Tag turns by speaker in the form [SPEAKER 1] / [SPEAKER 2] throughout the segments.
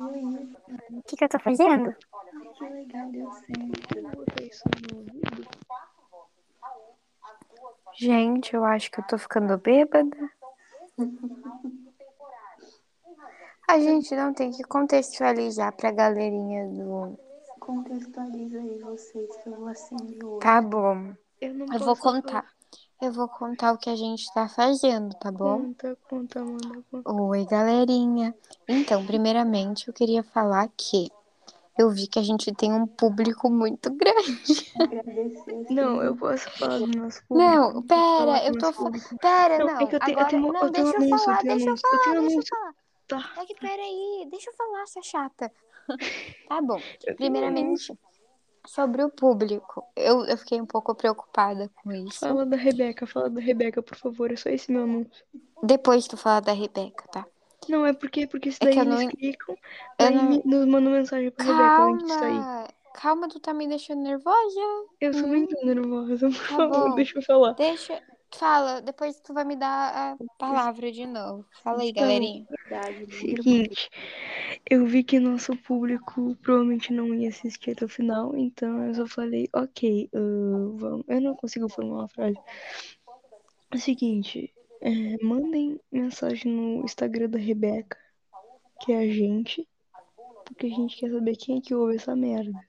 [SPEAKER 1] Oi,
[SPEAKER 2] O que, que eu tô fazendo?
[SPEAKER 1] ai, que legal, deu certo. Eu botei isso no ouvido.
[SPEAKER 2] Gente, eu acho que eu tô ficando bêbada. A gente não tem que contextualizar pra galerinha do.
[SPEAKER 1] Contextualiza aí vocês assim, que eu vou acender o
[SPEAKER 2] Tá bom.
[SPEAKER 1] Eu não
[SPEAKER 2] Eu vou
[SPEAKER 1] posso
[SPEAKER 2] contar. Eu vou contar o que a gente tá fazendo, tá bom?
[SPEAKER 1] Conta, conta, manda, conta.
[SPEAKER 2] Oi, galerinha. Então, primeiramente, eu queria falar que eu vi que a gente tem um público muito grande.
[SPEAKER 1] Agradecer. Não, eu posso falar do nosso público.
[SPEAKER 2] Não, pera, eu tô falando. Pera,
[SPEAKER 1] Não,
[SPEAKER 2] não.
[SPEAKER 1] é que eu tenho- eu
[SPEAKER 2] agora,
[SPEAKER 1] tenho-
[SPEAKER 2] não,
[SPEAKER 1] eu tenho
[SPEAKER 2] deixa eu
[SPEAKER 1] anúncio, eu
[SPEAKER 2] falar,
[SPEAKER 1] tenho
[SPEAKER 2] deixa eu
[SPEAKER 1] anúncio, eu tenho
[SPEAKER 2] falar, deixa eu
[SPEAKER 1] anúncio.
[SPEAKER 2] falar.
[SPEAKER 1] Tá.
[SPEAKER 2] É que peraí, deixa eu falar, sua chata. Tá bom.
[SPEAKER 1] Eu tenho
[SPEAKER 2] Primeiramente, sobre o público. Eu, eu fiquei um pouco preocupada com isso.
[SPEAKER 1] Fala da Rebeca, fala da Rebeca, por favor. É só esse meu anúncio.
[SPEAKER 2] Depois tu falar da Rebeca, tá?
[SPEAKER 1] Não, é porque, porque se
[SPEAKER 2] É que
[SPEAKER 1] daí
[SPEAKER 2] eu
[SPEAKER 1] eles
[SPEAKER 2] não-
[SPEAKER 1] clicam, daí
[SPEAKER 2] não-
[SPEAKER 1] me- nos mandam mensagem pra Rebeca é antes de sair.
[SPEAKER 2] Calma. Calma, tu tá me deixando nervosa.
[SPEAKER 1] tá Eu sou muito nervosa, por
[SPEAKER 2] Tá
[SPEAKER 1] favor,
[SPEAKER 2] bom.
[SPEAKER 1] deixa eu falar.
[SPEAKER 2] Deixa. Fala, depois tu vai me dar a palavra de novo. Fala aí,
[SPEAKER 1] Então,
[SPEAKER 2] galerinha.
[SPEAKER 1] Seguinte, eu vi que nosso público provavelmente não ia assistir até o final, então eu só falei, ok, ahn, vamos. Eu não consigo formular a frase. É o seguinte, é, mandem mensagem no Instagram da Rebeca, que é a gente, porque a gente quer saber quem é que ouve essa merda.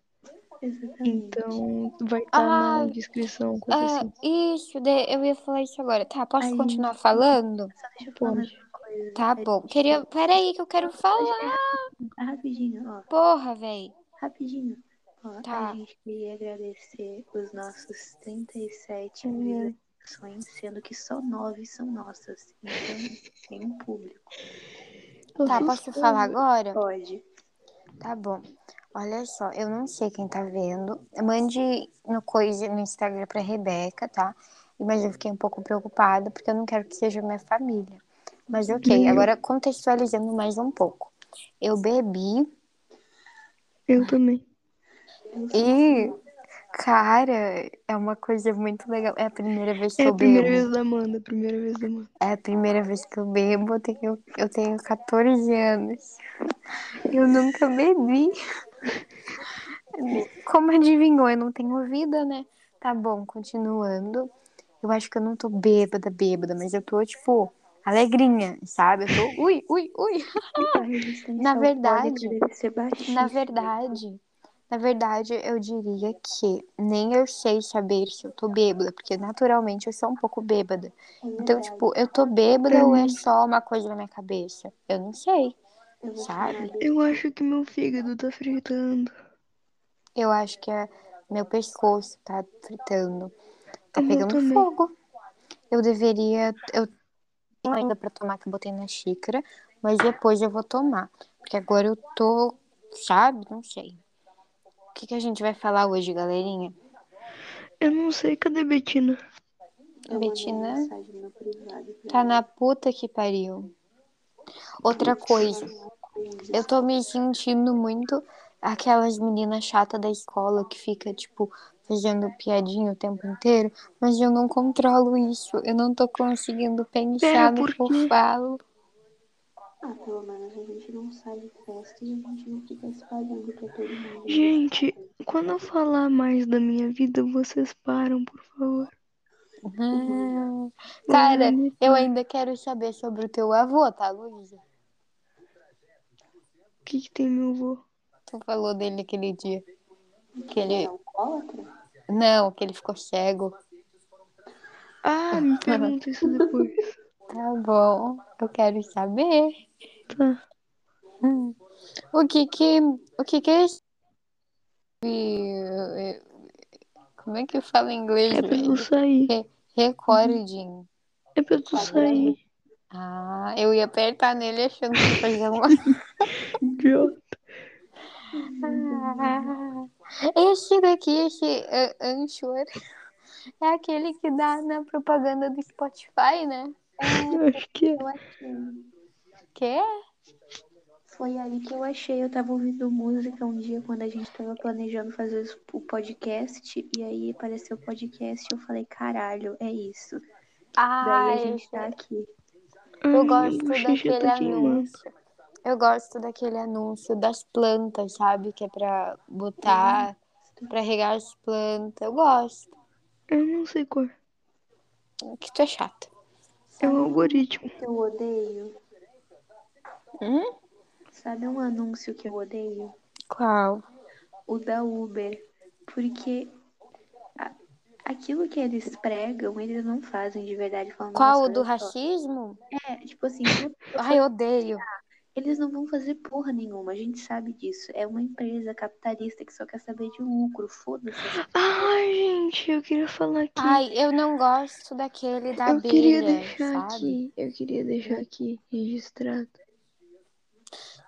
[SPEAKER 1] Então, vai estar
[SPEAKER 2] Ah,
[SPEAKER 1] na descrição, coisa
[SPEAKER 2] Ah,
[SPEAKER 1] assim.
[SPEAKER 2] isso, de- eu ia falar isso agora. Tá, posso
[SPEAKER 3] Aí-
[SPEAKER 2] continuar falando?
[SPEAKER 3] Deixa eu falar
[SPEAKER 1] Pode.
[SPEAKER 3] uma coisa.
[SPEAKER 2] Tá bom. Queria. Peraí, que eu quero falar.
[SPEAKER 3] Ah, Rapidinho, ó.
[SPEAKER 2] Porra, véi.
[SPEAKER 3] Rapidinho. Ó,
[SPEAKER 2] Tá.
[SPEAKER 3] A gente queria agradecer os nossos 37 visualizações, sendo que só 9 são nossas. Então, tem um público.
[SPEAKER 2] Tá, posso falar agora?
[SPEAKER 3] Pode.
[SPEAKER 2] Tá bom. Olha só, eu não sei quem tá vendo. Mande no coisa no Instagram pra Rebeca, tá? Mas eu fiquei um pouco preocupada porque eu não quero que seja minha família. Mas ok,
[SPEAKER 1] Uhum.
[SPEAKER 2] agora contextualizando mais um pouco. Eu bebi
[SPEAKER 1] Eu também.
[SPEAKER 2] e, cara, é uma coisa muito legal. É a primeira vez que
[SPEAKER 1] É
[SPEAKER 2] eu
[SPEAKER 1] a primeira
[SPEAKER 2] bebo.
[SPEAKER 1] vez da Amanda, a primeira vez da Amanda.
[SPEAKER 2] É a primeira vez que eu bebo, eu tenho, eu tenho 14 anos. Eu nunca bebi. Como adivinhou, eu não tenho vida, né? Tá bom, continuando. Eu acho que eu não tô bêbada, bêbada, mas eu tô, tipo, alegrinha, sabe? Eu tô, ui, ui, ui.
[SPEAKER 3] E a resistência
[SPEAKER 2] Ah, Na
[SPEAKER 3] alcoólica
[SPEAKER 2] verdade-
[SPEAKER 3] deve ser baixíssima.
[SPEAKER 2] Na verdade, na verdade, eu diria que nem eu sei saber se eu tô bêbada, porque naturalmente eu sou um pouco bêbada.
[SPEAKER 3] É,
[SPEAKER 2] Então, tipo, eu tô bêbada ou é só uma coisa na minha cabeça? Eu não sei,
[SPEAKER 3] Eu vou
[SPEAKER 2] sabe?
[SPEAKER 1] Eu acho que meu fígado tá fritando.
[SPEAKER 2] Eu acho que é meu pescoço tá fritando. Tá
[SPEAKER 1] O meu
[SPEAKER 2] pegando
[SPEAKER 1] também.
[SPEAKER 2] fogo. Eu deveria. Eu tenho ainda pra tomar que eu botei na xícara, mas depois eu vou tomar. Porque agora eu tô. Sabe? Não sei. O que, que a gente vai falar hoje, galerinha?
[SPEAKER 1] Eu não sei, cadê Betina?
[SPEAKER 3] Eu mandei
[SPEAKER 2] Betina
[SPEAKER 3] mensagem no privado pra
[SPEAKER 2] tá na puta que pariu. Outra coisa.
[SPEAKER 3] é
[SPEAKER 2] Eu tô me sentindo muito aquelas meninas chatas da escola que fica, tipo, fazendo piadinha o tempo inteiro, mas eu não controlo isso. Eu não tô conseguindo
[SPEAKER 1] Pera,
[SPEAKER 2] pensar
[SPEAKER 1] por
[SPEAKER 2] no que eu falo.
[SPEAKER 3] Ah, pelo menos a gente não sai de festa e a gente não fica espalhando pra todo mundo.
[SPEAKER 1] Gente, quando eu falar mais da minha vida, vocês param, por favor.
[SPEAKER 2] Hum.
[SPEAKER 1] Uhum.
[SPEAKER 2] Cara,
[SPEAKER 1] me
[SPEAKER 2] eu
[SPEAKER 1] fala.
[SPEAKER 2] ainda quero saber sobre o teu avô, tá, Luísa?
[SPEAKER 1] O que, que tem meu avô?
[SPEAKER 2] Tu falou dele aquele dia. Que ele...
[SPEAKER 3] Alcoólatra?
[SPEAKER 2] Não, que ele ficou cego.
[SPEAKER 1] Ah, me pergunta isso depois.
[SPEAKER 2] Tá bom, eu quero saber.
[SPEAKER 1] Tá.
[SPEAKER 2] Hum. O que que. O que que é isso? E- e- Como é que fala em inglês,
[SPEAKER 1] É pra
[SPEAKER 2] velho?
[SPEAKER 1] eu sair.
[SPEAKER 2] Recording.
[SPEAKER 1] É pra tu sair.
[SPEAKER 2] Ah, eu ia apertar nele achando que ia fazer uma.
[SPEAKER 1] Idiota.
[SPEAKER 2] Ah, Este daqui, este uh, Anchor, é aquele que dá na propaganda do Spotify, né?
[SPEAKER 1] Eu acho que é.
[SPEAKER 2] Que? é?
[SPEAKER 3] Foi aí que eu achei. Eu tava ouvindo música um dia quando a gente tava planejando fazer os- o podcast. E aí apareceu o podcast e eu falei, caralho, é isso. Daí
[SPEAKER 2] Ah,
[SPEAKER 3] a gente
[SPEAKER 2] esse-
[SPEAKER 3] tá aqui.
[SPEAKER 2] eu
[SPEAKER 1] Ai, minha
[SPEAKER 2] gosto
[SPEAKER 1] bochecha
[SPEAKER 2] daquele
[SPEAKER 1] tá queimando.
[SPEAKER 2] anúncio. Eu gosto daquele anúncio das plantas, sabe? Que é pra botar,
[SPEAKER 1] Uhum.
[SPEAKER 2] pra regar as plantas. Eu gosto.
[SPEAKER 1] Eu não sei qual. é.
[SPEAKER 2] Que tu é chata.
[SPEAKER 1] É um algoritmo.
[SPEAKER 3] Eu odeio.
[SPEAKER 2] Hum?
[SPEAKER 3] Sabe um anúncio que eu odeio?
[SPEAKER 2] Qual?
[SPEAKER 3] O da Uber. Porque a- aquilo que eles pregam, eles não fazem de verdade. Falando,
[SPEAKER 2] Qual?
[SPEAKER 3] "Nossa,
[SPEAKER 2] O do
[SPEAKER 3] olha só."
[SPEAKER 2] racismo?
[SPEAKER 3] É, tipo assim,
[SPEAKER 2] Ai, eu odeio.
[SPEAKER 3] eles não vão fazer porra nenhuma, a gente sabe disso. É uma empresa capitalista que só quer saber de lucro, foda-se.
[SPEAKER 1] Ai, gente, eu queria falar aqui.
[SPEAKER 2] Ai, eu não gosto daquele da
[SPEAKER 1] eu queria
[SPEAKER 2] abelha,
[SPEAKER 1] deixar
[SPEAKER 2] sabe?
[SPEAKER 1] aqui. Eu queria deixar aqui registrado.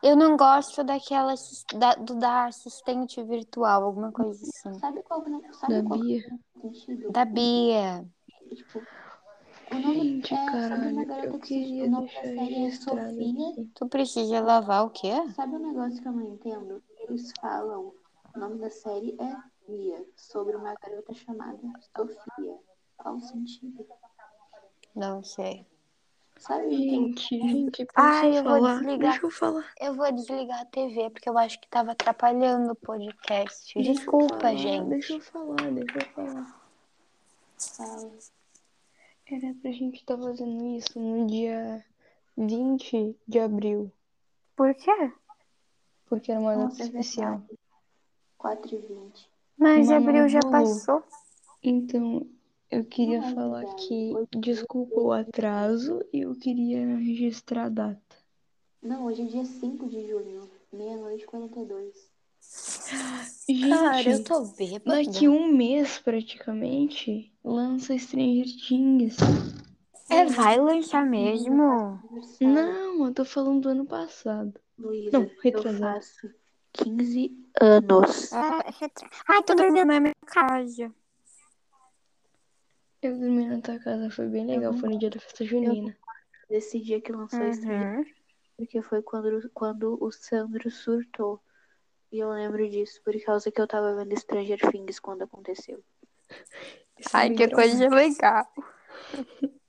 [SPEAKER 2] Eu não gosto daquela assis- da, do da assistente virtual, alguma coisa assim.
[SPEAKER 3] Sabe qual não? Sabe
[SPEAKER 1] Da
[SPEAKER 3] qual é
[SPEAKER 1] Bia.
[SPEAKER 3] sentido?
[SPEAKER 2] Da Bia.
[SPEAKER 3] Tipo, o nome
[SPEAKER 1] Gente,
[SPEAKER 3] é sobre uma
[SPEAKER 1] caralho,
[SPEAKER 3] garota
[SPEAKER 1] eu
[SPEAKER 3] que
[SPEAKER 1] queria
[SPEAKER 3] o nome
[SPEAKER 1] deixar
[SPEAKER 3] da série é
[SPEAKER 1] registrado
[SPEAKER 3] Sofia.
[SPEAKER 1] aqui.
[SPEAKER 2] Tu precisa lavar o quê?
[SPEAKER 3] Sabe um negócio que eu não entendo? Eles falam, o nome da série é Mia, sobre uma garota chamada Sofia. Qual o sentido?
[SPEAKER 2] Não sei.
[SPEAKER 3] Sabe? Então,
[SPEAKER 1] Gente, gente,
[SPEAKER 2] É. Ai,
[SPEAKER 1] posso
[SPEAKER 2] eu vou
[SPEAKER 1] falar?
[SPEAKER 2] desligar.
[SPEAKER 1] Deixa eu falar.
[SPEAKER 2] Eu vou desligar a TV porque eu acho que tava atrapalhando o podcast.
[SPEAKER 1] Deixa eu
[SPEAKER 2] Desculpa,
[SPEAKER 1] falar,
[SPEAKER 2] gente.
[SPEAKER 1] Deixa eu falar, deixa eu falar.
[SPEAKER 3] fala.
[SPEAKER 1] Era pra gente estar fazendo isso no dia 20 de abril,
[SPEAKER 2] Por quê?
[SPEAKER 1] porque era uma data
[SPEAKER 3] Nossa, é
[SPEAKER 1] especial.
[SPEAKER 3] verdade. 4h20.
[SPEAKER 2] Mas
[SPEAKER 1] Mas
[SPEAKER 2] abril
[SPEAKER 1] não
[SPEAKER 2] já
[SPEAKER 1] rolou.
[SPEAKER 2] passou.
[SPEAKER 1] Então, eu queria
[SPEAKER 3] Não é
[SPEAKER 1] falar
[SPEAKER 3] verdade.
[SPEAKER 1] que
[SPEAKER 3] Hoje-
[SPEAKER 1] desculpa o atraso e eu queria registrar a data.
[SPEAKER 3] Não, hoje é dia 5 de junho, meia-noite e 42.
[SPEAKER 2] Cara, eu
[SPEAKER 1] Gente,
[SPEAKER 2] tô bêbada.
[SPEAKER 1] daqui um mês praticamente lança Stranger Things.
[SPEAKER 2] É, vai lançar mesmo?
[SPEAKER 1] Não, eu tô falando do ano passado.
[SPEAKER 3] Luísa,
[SPEAKER 1] Não,
[SPEAKER 3] eu
[SPEAKER 1] retrasado.
[SPEAKER 3] faço 15 anos.
[SPEAKER 2] Ah. É, tá- Ai, tô dormindo na minha casa.
[SPEAKER 1] Eu dormi na tua casa, foi bem legal, foi no dia da festa junina.
[SPEAKER 3] Desse dia que lançou esse vídeo,
[SPEAKER 2] Uhum.
[SPEAKER 3] porque foi quando, quando o Sandro surtou. E eu lembro disso por causa que eu tava vendo Stranger Things quando aconteceu.
[SPEAKER 1] Isso é
[SPEAKER 2] Ai,
[SPEAKER 1] bem
[SPEAKER 2] que
[SPEAKER 1] traumático.
[SPEAKER 2] coisa legal.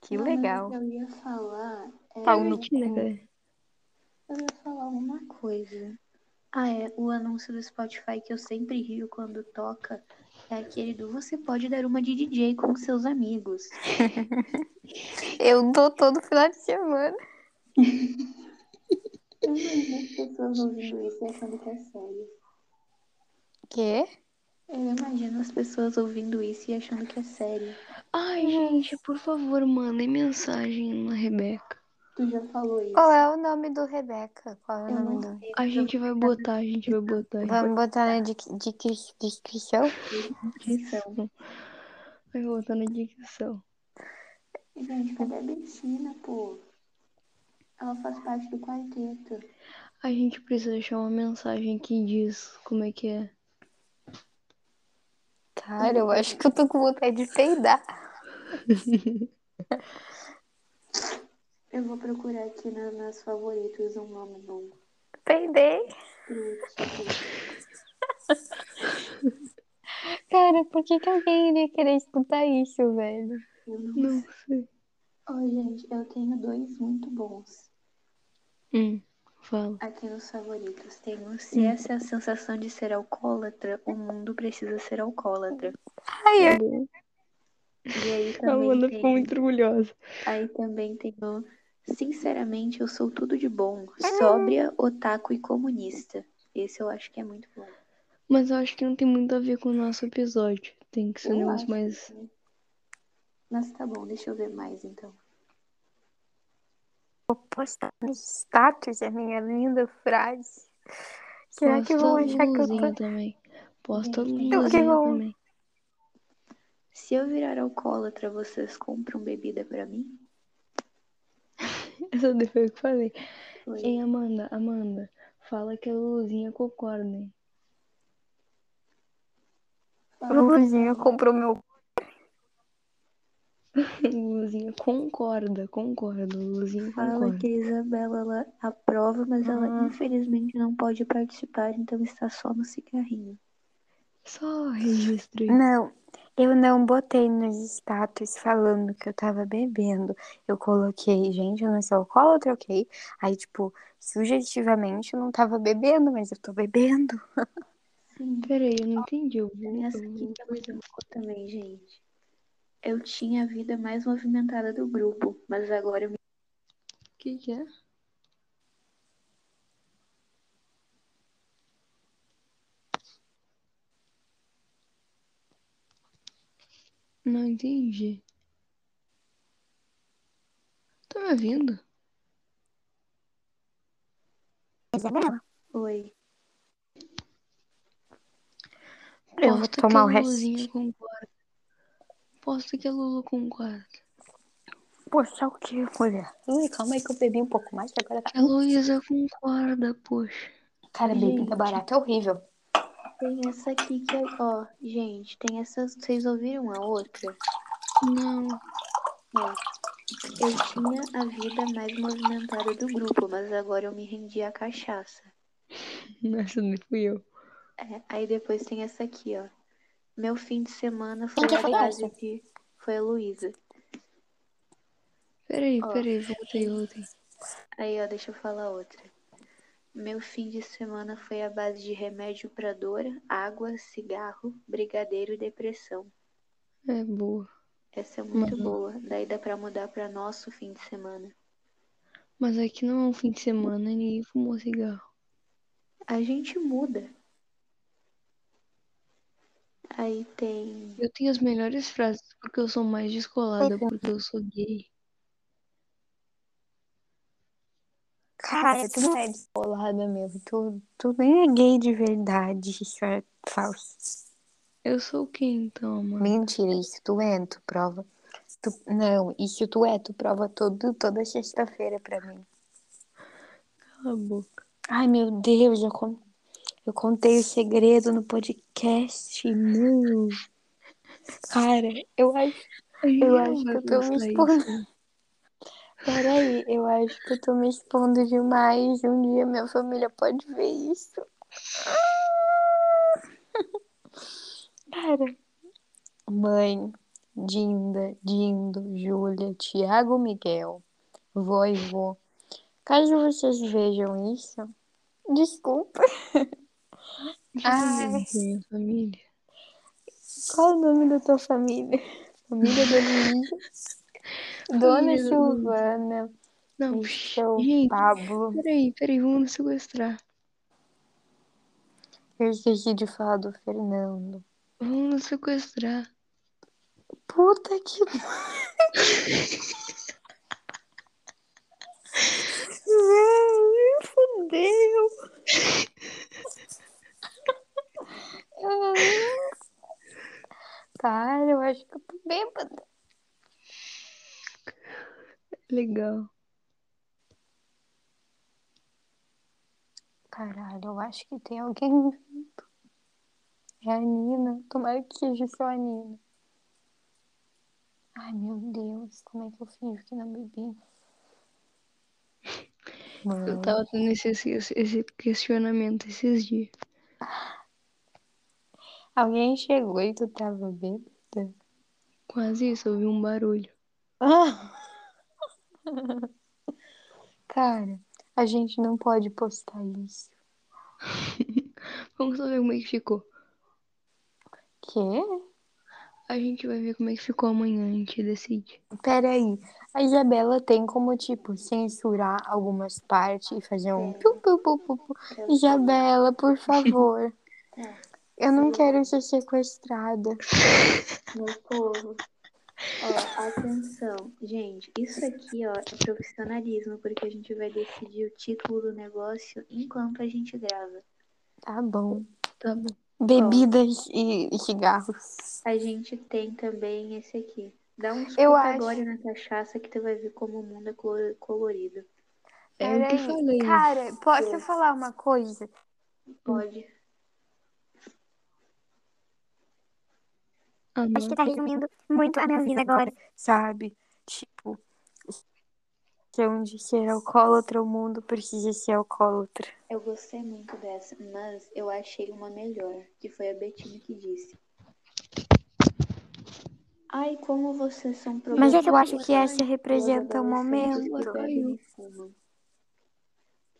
[SPEAKER 2] Que
[SPEAKER 3] Não,
[SPEAKER 2] legal.
[SPEAKER 3] mas Eu ia falar. é,
[SPEAKER 2] Pau no
[SPEAKER 1] Mentira, né, cara.
[SPEAKER 3] Eu ia falar uma coisa. Ah, é. O anúncio do Spotify que eu sempre rio quando toca é aquele do Você pode dar uma de DJ com seus amigos.
[SPEAKER 2] Eu dou todo final de semana.
[SPEAKER 3] Eu imagino as pessoas ouvindo isso e achando que é sério.
[SPEAKER 2] Quê?
[SPEAKER 3] Eu imagino as pessoas ouvindo isso e achando que é sério.
[SPEAKER 1] Ai, gente, por favor, mandem mensagem na Rebeca.
[SPEAKER 3] Tu já falou isso.
[SPEAKER 2] Qual é o nome do Rebeca? Qual é o
[SPEAKER 3] Eu
[SPEAKER 2] nome
[SPEAKER 3] não
[SPEAKER 2] do?
[SPEAKER 3] sei.
[SPEAKER 1] A gente vai botar, a gente vai botar. A
[SPEAKER 2] Vamos botar né, na di- di- di- descrição?
[SPEAKER 3] quem são.
[SPEAKER 1] gente vai botar na dicção.
[SPEAKER 3] Gente, cadê a Bettina, pô? Ela faz parte do quarteto.
[SPEAKER 1] A gente precisa achar uma mensagem que diz como é que é.
[SPEAKER 2] Cara, eu acho que eu tô com vontade de peidar.
[SPEAKER 3] Eu vou procurar aqui na- nas favoritos um nome bom.
[SPEAKER 2] Peidei.
[SPEAKER 3] Truque.
[SPEAKER 2] Cara, por que, que alguém iria querer escutar isso, velho?
[SPEAKER 3] Eu não
[SPEAKER 1] Não sei.
[SPEAKER 3] Ó, gente, eu tenho dois muito bons
[SPEAKER 1] Hum, fala.
[SPEAKER 3] aqui nos favoritos. Tem um Se essa é a sensação de ser alcoólatra, o mundo precisa ser alcoólatra.
[SPEAKER 1] Tá
[SPEAKER 2] Ai, eu...
[SPEAKER 3] E aí
[SPEAKER 1] É, A Amanda
[SPEAKER 3] também
[SPEAKER 1] ficou
[SPEAKER 3] tem,
[SPEAKER 1] muito orgulhosa.
[SPEAKER 3] aí também tem o Sinceramente, eu sou tudo de bom, sóbria, otaku e comunista. Esse eu acho que é muito bom.
[SPEAKER 1] Mas eu acho que não tem muito a ver com o nosso episódio. Tem que ser um
[SPEAKER 3] Eu
[SPEAKER 1] negócio
[SPEAKER 3] acho
[SPEAKER 1] mais.
[SPEAKER 3] que- Mas tá bom, deixa eu ver mais então.
[SPEAKER 2] vou postar no status a minha linda frase. Será que vão
[SPEAKER 1] Posta
[SPEAKER 2] achar que eu
[SPEAKER 1] luzinha
[SPEAKER 2] tô...
[SPEAKER 1] também. Posta
[SPEAKER 3] Gente,
[SPEAKER 2] eu-
[SPEAKER 1] luzinha
[SPEAKER 2] eu-
[SPEAKER 1] também.
[SPEAKER 3] Se eu virar alcoólatra, vocês compram bebida pra mim?
[SPEAKER 1] Essa daí foi o que eu falei.
[SPEAKER 3] Foi.
[SPEAKER 1] Ei, Amanda, Amanda, fala que a Luluzinha concorda, hein?
[SPEAKER 2] Luluzinha comprou meu...
[SPEAKER 1] Luluzinha concorda, concorda. Luluzinha
[SPEAKER 3] Fala
[SPEAKER 1] concorda.
[SPEAKER 3] que a Isabela ela aprova, mas ela infelizmente não pode participar, então está só no cigarrinho.
[SPEAKER 1] Só registre.
[SPEAKER 2] Não, Eu não botei nos status falando que eu tava bebendo. Eu coloquei, gente, eu não sou alcoólatra, ok? Aí, tipo, sugestivamente eu não tava bebendo, mas eu tô bebendo.
[SPEAKER 3] Sim.
[SPEAKER 1] Peraí, eu não entendi. Eu vou.
[SPEAKER 3] Essa
[SPEAKER 1] eu
[SPEAKER 3] aqui
[SPEAKER 1] vou-
[SPEAKER 3] que aconteceu também, gente. Eu tinha a vida mais movimentada do grupo, mas agora eu me
[SPEAKER 1] O que, que é? Não entendi. Tá me ouvindo?
[SPEAKER 3] foi.
[SPEAKER 2] Eu vou
[SPEAKER 1] Posto que
[SPEAKER 2] tomar um
[SPEAKER 1] a
[SPEAKER 2] o resto.
[SPEAKER 1] Luluzinha concorda. Posto que a Lulu concorda.
[SPEAKER 2] Poxa, o que, mulher? Ui, calma aí que eu bebi um pouco mais, que agora tá.
[SPEAKER 1] Que a Luísa concorda, poxa.
[SPEAKER 2] Cara,
[SPEAKER 3] Gente.
[SPEAKER 2] bebida barata é horrível.
[SPEAKER 3] Tem essa aqui que é, ó, gente, tem essas. Vocês ouviram a outra?
[SPEAKER 1] Não.
[SPEAKER 3] Ó, eu tinha a vida mais movimentada do grupo, mas agora eu me rendi à cachaça.
[SPEAKER 1] Essa não fui eu.
[SPEAKER 3] É, aí depois tem essa aqui, ó. Meu fim de semana
[SPEAKER 2] Quem
[SPEAKER 3] foi
[SPEAKER 2] que
[SPEAKER 3] a
[SPEAKER 2] falou
[SPEAKER 3] base
[SPEAKER 2] essa?
[SPEAKER 3] de. Foi a Luísa.
[SPEAKER 1] Peraí,
[SPEAKER 3] Ó.
[SPEAKER 1] peraí, voltei, voltei.
[SPEAKER 3] Aí, ó, deixa eu falar outra. Meu fim de semana foi a base de remédio pra dor, água, cigarro, brigadeiro e depressão.
[SPEAKER 1] É boa.
[SPEAKER 3] Essa é muito
[SPEAKER 1] Uhum.
[SPEAKER 3] boa. Daí dá pra mudar pra nosso fim de semana.
[SPEAKER 1] Mas aqui não é um fim de semana, ninguém fumou cigarro.
[SPEAKER 3] A gente muda. Aí tem.
[SPEAKER 1] Eu tenho as melhores frases porque eu sou mais descolada,
[SPEAKER 2] Eita.
[SPEAKER 1] porque eu sou gay.
[SPEAKER 2] Cara, tu não é descolada mesmo. Tu, tu nem é gay de verdade. Isso é falso.
[SPEAKER 1] Eu sou quem então, mano?
[SPEAKER 2] Mentira, isso tu é, tu prova. Tu, não, isso tu é, tu prova todo, toda sexta-feira pra mim.
[SPEAKER 1] Cala a boca.
[SPEAKER 2] Ai, meu Deus, eu, con- eu contei o segredo no podcast. Não. Cara, eu acho,
[SPEAKER 1] A gente
[SPEAKER 2] eu
[SPEAKER 1] não
[SPEAKER 2] acho que
[SPEAKER 1] vai
[SPEAKER 2] eu tô me
[SPEAKER 1] postar
[SPEAKER 2] expondo.
[SPEAKER 1] isso.
[SPEAKER 2] Peraí, eu acho que eu tô me expondo demais. Um dia minha família pode ver isso. Cara. Mãe, Dinda, Dindo, Júlia, Tiago, Miguel, vó e vô. Caso vocês vejam isso, desculpa.
[SPEAKER 1] Você
[SPEAKER 2] Ai.
[SPEAKER 1] também tem minha família?
[SPEAKER 2] Qual o nome da tua família? Família da Luísa. Dona
[SPEAKER 1] Família da Luísa.
[SPEAKER 2] Silvana
[SPEAKER 1] Não,
[SPEAKER 2] e seu
[SPEAKER 1] gente,
[SPEAKER 2] Pablo.
[SPEAKER 1] peraí, peraí, vamos nos sequestrar.
[SPEAKER 2] Eu esqueci de falar do Fernando.
[SPEAKER 1] Vamos nos sequestrar.
[SPEAKER 2] Puta que. Velho, fudeu. Ai, Cara, eu acho que eu tô bêbada.
[SPEAKER 1] Legal.
[SPEAKER 2] Caralho, eu acho que tem alguém junto. É a Nina. Tomara que seja só a Nina. Ai, meu Deus, como é que eu finjo que não bebi?
[SPEAKER 1] Eu
[SPEAKER 2] Mano,
[SPEAKER 1] tava tendo esse, esse, esse questionamento esses dias.
[SPEAKER 2] alguém chegou e tu tá tava bêbada?
[SPEAKER 1] Quase isso, eu ouvi um barulho.
[SPEAKER 2] Ah! Cara, a gente não pode postar isso.
[SPEAKER 1] Vamos só ver como é que ficou.
[SPEAKER 2] Quê?
[SPEAKER 1] A gente vai ver como é que ficou amanhã, a gente decide.
[SPEAKER 2] Peraí, a Isabela tem como, tipo, censurar algumas partes e fazer um...
[SPEAKER 3] Tem.
[SPEAKER 2] piu, piu, piu, piu, piu. Isabela, por favor.
[SPEAKER 3] É.
[SPEAKER 2] Eu não quero ser sequestrada.
[SPEAKER 3] Meu povo. Ó, atenção. Gente, isso aqui, ó, é profissionalismo, porque a gente vai decidir o título do negócio enquanto a gente grava.
[SPEAKER 2] Tá bom.
[SPEAKER 1] Tá bom.
[SPEAKER 2] Bebidas e, e cigarros.
[SPEAKER 3] A gente tem também esse aqui. Dá um
[SPEAKER 2] Eu
[SPEAKER 3] suco
[SPEAKER 2] acho.
[SPEAKER 3] agora na cachaça que tu vai ver como o mundo é colo- colorido.
[SPEAKER 1] É o que eu
[SPEAKER 2] Peraí.
[SPEAKER 1] falei.
[SPEAKER 2] Cara, posso falar uma coisa?
[SPEAKER 3] Pode.
[SPEAKER 1] Ah, não.
[SPEAKER 2] tá resumindo muito a minha vida agora. Sabe? Tipo, que é onde ser alcoólatra, o mundo precisa ser alcoólatra.
[SPEAKER 3] Eu gostei muito dessa, mas eu achei uma melhor, que foi a Betina que disse. Ai, como vocês são
[SPEAKER 2] Mas é que eu
[SPEAKER 3] problemáticos.
[SPEAKER 2] acho que essa representa o
[SPEAKER 3] Os adolescentes
[SPEAKER 2] momento.
[SPEAKER 3] bebem e fumam.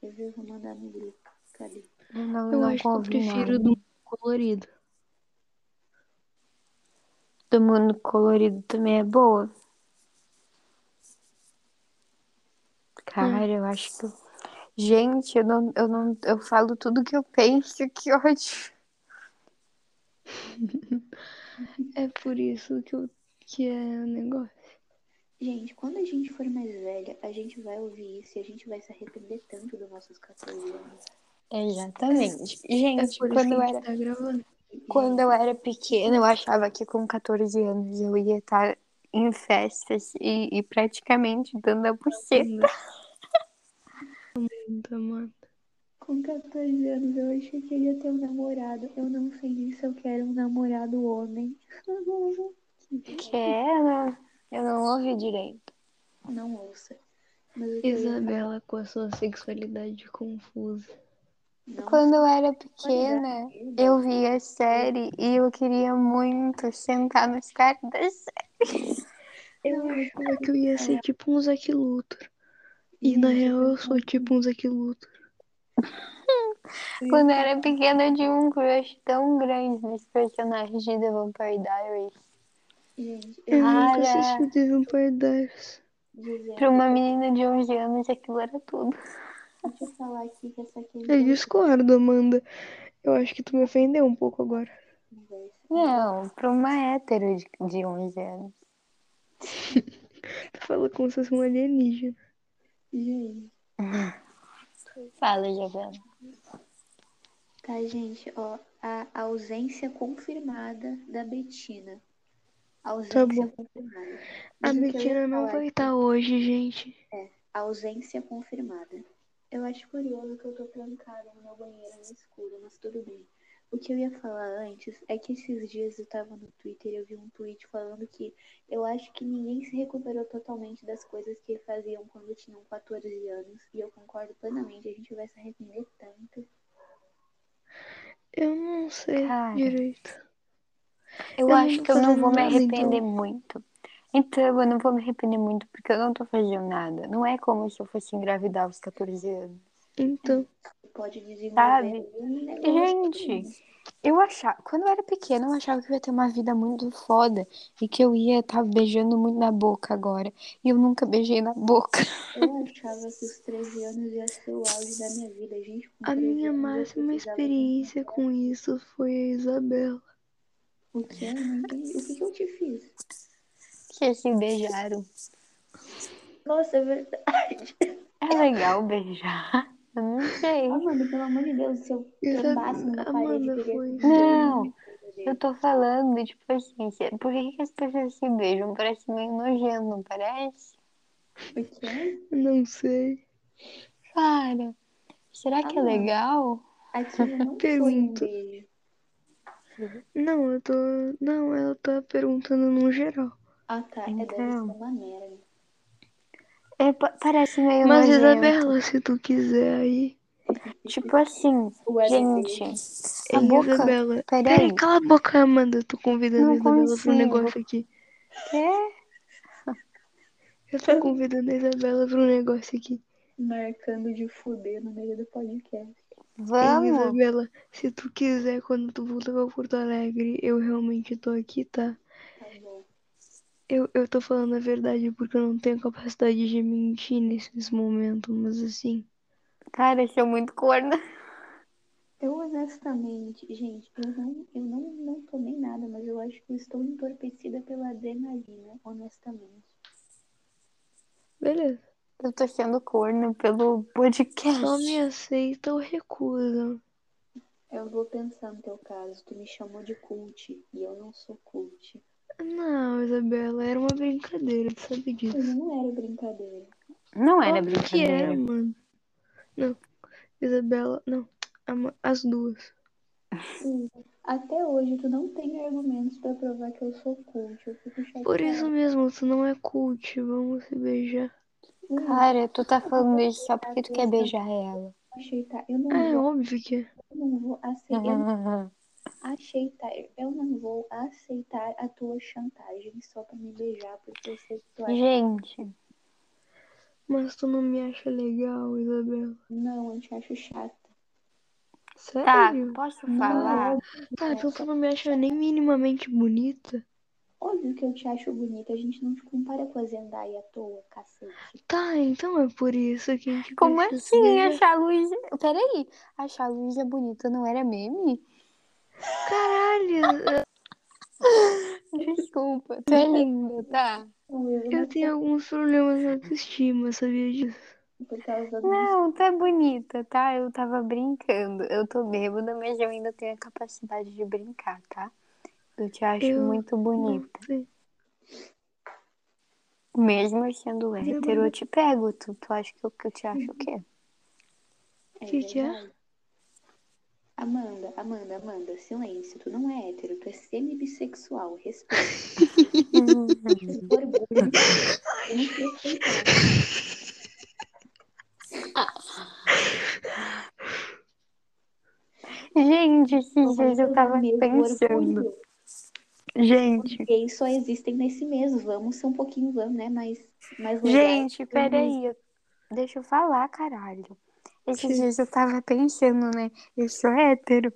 [SPEAKER 3] Quer ver? Vou mandar no grupo. Cadê?
[SPEAKER 2] Eu não,
[SPEAKER 1] Eu
[SPEAKER 2] não
[SPEAKER 1] acho que eu
[SPEAKER 2] ouvi, não.
[SPEAKER 1] prefiro do colorido.
[SPEAKER 2] Do mundo colorido também é boa. Cara, eu acho que. eu- Gente, eu não, eu não. Eu falo tudo que eu penso, que ódio.
[SPEAKER 1] É por isso que, eu, que é o negócio.
[SPEAKER 3] Gente, quando a gente for mais velha, a gente vai ouvir isso e a gente vai se arrepender tanto dos nossos 14 anos.
[SPEAKER 2] Exatamente.
[SPEAKER 1] É
[SPEAKER 2] Gente,
[SPEAKER 1] por isso
[SPEAKER 2] quando
[SPEAKER 1] que
[SPEAKER 2] eu
[SPEAKER 1] a
[SPEAKER 2] era.
[SPEAKER 1] gente tá gravando.
[SPEAKER 2] Quando eu era pequena, eu achava que com 14 anos eu ia estar em festas e, e praticamente dando a buceta.
[SPEAKER 1] Puta, então, mano.
[SPEAKER 3] Com 14 anos, eu achei que eu ia ter um namorado. Eu não sei disso, eu quero um namorado homem.
[SPEAKER 2] Que é, né? era? Eu não ouvi direito.
[SPEAKER 3] Não ouça. Mas eu queria-
[SPEAKER 1] Isabela com a sua sexualidade confusa.
[SPEAKER 3] Não
[SPEAKER 2] Quando eu era pequena,
[SPEAKER 1] é
[SPEAKER 2] eu via série e eu queria muito sentar nos caras da série.
[SPEAKER 1] Eu achava que eu ia ser tipo um Zack Luthor. E na real eu sou tipo um Zack Luthor.
[SPEAKER 2] Quando eu era pequena, eu tinha um crush tão grande nos personagens de The Vampire Diaries.
[SPEAKER 3] Gente,
[SPEAKER 1] Eu
[SPEAKER 3] eu
[SPEAKER 1] nunca
[SPEAKER 2] Cara.
[SPEAKER 1] assisti The Vampire Diaries.
[SPEAKER 3] dizer,
[SPEAKER 2] Pra uma menina de 11 anos, aquilo era tudo.
[SPEAKER 3] deixa eu falar aqui que essa aqui é
[SPEAKER 1] Eu discordo, Amanda. Eu acho que tu me ofendeu um pouco agora.
[SPEAKER 3] conversa.
[SPEAKER 2] Não, pra uma hétero de, de 11 anos.
[SPEAKER 1] Tu falou como se fosse um alienígena.
[SPEAKER 3] Gente,
[SPEAKER 2] Fala, Giovanna.
[SPEAKER 3] tá, gente, ó. A ausência confirmada da Betina. Ausência
[SPEAKER 1] Tá bom.
[SPEAKER 3] confirmada.
[SPEAKER 1] A
[SPEAKER 3] Mas o que eu ia
[SPEAKER 1] Betina não
[SPEAKER 3] falar
[SPEAKER 1] vai estar hoje, gente.
[SPEAKER 3] Ausência confirmada. Eu acho curioso que eu tô trancada no meu banheiro no escuro, mas tudo bem. O que eu ia falar antes é que esses dias eu tava no Twitter e eu vi um tweet falando que eu acho que ninguém se recuperou totalmente das coisas que faziam quando tinham 14 anos. E eu concordo plenamente, a gente vai se arrepender tanto.
[SPEAKER 1] Eu não sei
[SPEAKER 2] Cara.
[SPEAKER 1] direito.
[SPEAKER 2] Eu,
[SPEAKER 1] Eu
[SPEAKER 2] acho
[SPEAKER 1] não
[SPEAKER 2] que eu não
[SPEAKER 1] fazendo
[SPEAKER 2] vou me
[SPEAKER 1] nada,
[SPEAKER 2] arrepender muito. Então, eu não vou me arrepender muito porque eu não tô fazendo nada. Não é como se eu fosse engravidar aos 14 anos.
[SPEAKER 1] Então,
[SPEAKER 3] Pode desenvolver
[SPEAKER 2] Sabe?
[SPEAKER 3] um negócio.
[SPEAKER 2] Gente, eu achava. Quando eu era pequena, eu achava que eu ia ter uma vida muito foda e que eu ia estar beijando muito na boca agora. E eu nunca beijei na boca.
[SPEAKER 3] Eu achava que os 13 anos ia ser o auge da minha vida, gente. com
[SPEAKER 1] a
[SPEAKER 3] 13
[SPEAKER 1] minha
[SPEAKER 3] anos eu
[SPEAKER 1] máxima
[SPEAKER 3] precisava um
[SPEAKER 1] experiência com isso foi a Isabela.
[SPEAKER 3] O que? Eu não entendi. O que, que eu te fiz?
[SPEAKER 2] Que se beijaram.
[SPEAKER 3] Nossa, é verdade.
[SPEAKER 2] É legal beijar. Eu não sei.
[SPEAKER 3] Ah, mano, pelo amor de Deus, se eu trambasse
[SPEAKER 1] Isabela,
[SPEAKER 3] numa parede,
[SPEAKER 1] Amanda
[SPEAKER 3] pegasse
[SPEAKER 1] Ah, foi.
[SPEAKER 2] Não, eu
[SPEAKER 3] gente.
[SPEAKER 2] tô falando, tipo assim, se- por que que as pessoas se beijam? Parece meio nojento, não parece?
[SPEAKER 3] O quê?
[SPEAKER 1] Não sei.
[SPEAKER 2] Cara, será que é
[SPEAKER 3] Ah.
[SPEAKER 2] legal?
[SPEAKER 3] Aquilo não foi um
[SPEAKER 1] Pergunta.
[SPEAKER 3] beijo.
[SPEAKER 1] Não, eu tô. Não, ela tá perguntando no geral.
[SPEAKER 3] Ah, tá. É, deve ser
[SPEAKER 2] Então.
[SPEAKER 3] uma merda.
[SPEAKER 2] É, pa- parece meio
[SPEAKER 1] Mas, é
[SPEAKER 2] nojento.
[SPEAKER 1] Isabela, se tu quiser aí.
[SPEAKER 2] Tipo assim,
[SPEAKER 3] O era
[SPEAKER 2] gente, a
[SPEAKER 1] Ei,
[SPEAKER 2] boca...
[SPEAKER 1] Isabela.
[SPEAKER 2] Peraí.
[SPEAKER 1] Peraí, cala a boca, Amanda. Eu tô convidando
[SPEAKER 2] Não
[SPEAKER 1] a Isabela pra
[SPEAKER 2] consigo.
[SPEAKER 1] um negócio aqui.
[SPEAKER 2] É,
[SPEAKER 1] Eu tô convidando a Isabela pra um negócio aqui.
[SPEAKER 3] marcando de fuder no meio do podcast.
[SPEAKER 1] Ei,
[SPEAKER 2] vamos.
[SPEAKER 1] Isabela, se tu quiser, quando tu voltar pra Porto Alegre, eu realmente tô aqui, tá?
[SPEAKER 3] Tá bom.
[SPEAKER 1] Eu, eu tô falando a verdade porque eu não tenho capacidade de mentir nesses momentos, mas assim.
[SPEAKER 2] Cara, eu sou muito corna.
[SPEAKER 3] Eu honestamente, gente, eu não, eu não, não tomei nada, mas eu acho que eu estou entorpecida pela adrenalina, honestamente.
[SPEAKER 1] Beleza.
[SPEAKER 2] Eu tô sendo corna pelo podcast.
[SPEAKER 1] Só me aceita ou recusa.
[SPEAKER 3] Eu vou pensar no teu caso, tu me chamou de cult e eu não sou cult.
[SPEAKER 1] Não, Isabela, era uma brincadeira, tu sabe disso.
[SPEAKER 3] Mas não era brincadeira.
[SPEAKER 2] Não era
[SPEAKER 1] Óbvio que era,
[SPEAKER 2] brincadeira.
[SPEAKER 1] mano. Não, Isabela, não. Ama- As duas.
[SPEAKER 3] Até hoje tu não tem argumentos pra provar que eu sou cult. Eu fico chateada.
[SPEAKER 1] Por isso mesmo, tu não é cult, vamos se beijar.
[SPEAKER 3] Hum,
[SPEAKER 2] Cara, tu tá falando isso só porque tu quer beijar ela.
[SPEAKER 3] achei, tá? Eu não
[SPEAKER 1] Ah, é
[SPEAKER 3] vou,
[SPEAKER 1] óbvio que é.
[SPEAKER 3] eu não vou aceitar. Eu aceitar. Eu não vou aceitar a tua chantagem só pra me beijar, porque eu sei que tu acha.
[SPEAKER 2] Gente,
[SPEAKER 1] Mas tu não me acha legal, Isabela.
[SPEAKER 3] Não, eu te acho chata.
[SPEAKER 2] tá,
[SPEAKER 1] Sério?
[SPEAKER 2] posso
[SPEAKER 3] Não.
[SPEAKER 2] falar?
[SPEAKER 1] Tá, então tu não me acha nem minimamente bonita.
[SPEAKER 3] Óbvio que eu te acho bonita, a gente não te compara com a Zendaya à toa, cacete.
[SPEAKER 1] Tá, então é por isso que tipo a gente
[SPEAKER 2] Como
[SPEAKER 1] gosta de se
[SPEAKER 2] assim?
[SPEAKER 1] beijar.
[SPEAKER 2] Achar a Luísa. Peraí, achar a Luísa bonita não era meme?
[SPEAKER 1] Caralho,
[SPEAKER 2] Desculpa, tu é linda, tá?
[SPEAKER 1] eu tenho alguns problemas de autoestima, sabia disso?
[SPEAKER 3] Por causa do
[SPEAKER 2] Não, tu é bonita, tá? Eu tava brincando. Eu tô bêbada, mas eu ainda tenho a capacidade de brincar, tá? Eu te acho
[SPEAKER 1] Eu-
[SPEAKER 2] muito bonita.
[SPEAKER 1] sei.
[SPEAKER 2] Mesmo eu sendo
[SPEAKER 1] é
[SPEAKER 2] hétero, eu te pego. Tu, tu acha que eu, que eu te acho o quê?
[SPEAKER 1] Que que é?
[SPEAKER 3] verdade. Amanda, Amanda, Amanda, silêncio. Tu não é hétero, tu é semi-bissexual. Respeita. Esse orgulho. Tem que respeitar.
[SPEAKER 2] Gente, esses
[SPEAKER 3] Vai
[SPEAKER 2] dias eu
[SPEAKER 3] ter
[SPEAKER 2] tava
[SPEAKER 3] o mesmo
[SPEAKER 2] pensando.
[SPEAKER 3] orgulho.
[SPEAKER 2] Gente,
[SPEAKER 3] Gays só existem nesse mês. Vamos ser um pouquinho, vamos, né? Mas, mas
[SPEAKER 2] gente, peraí. eu- Deixa eu falar, caralho. Esses dias eu tava pensando, né? Eu sou hétero.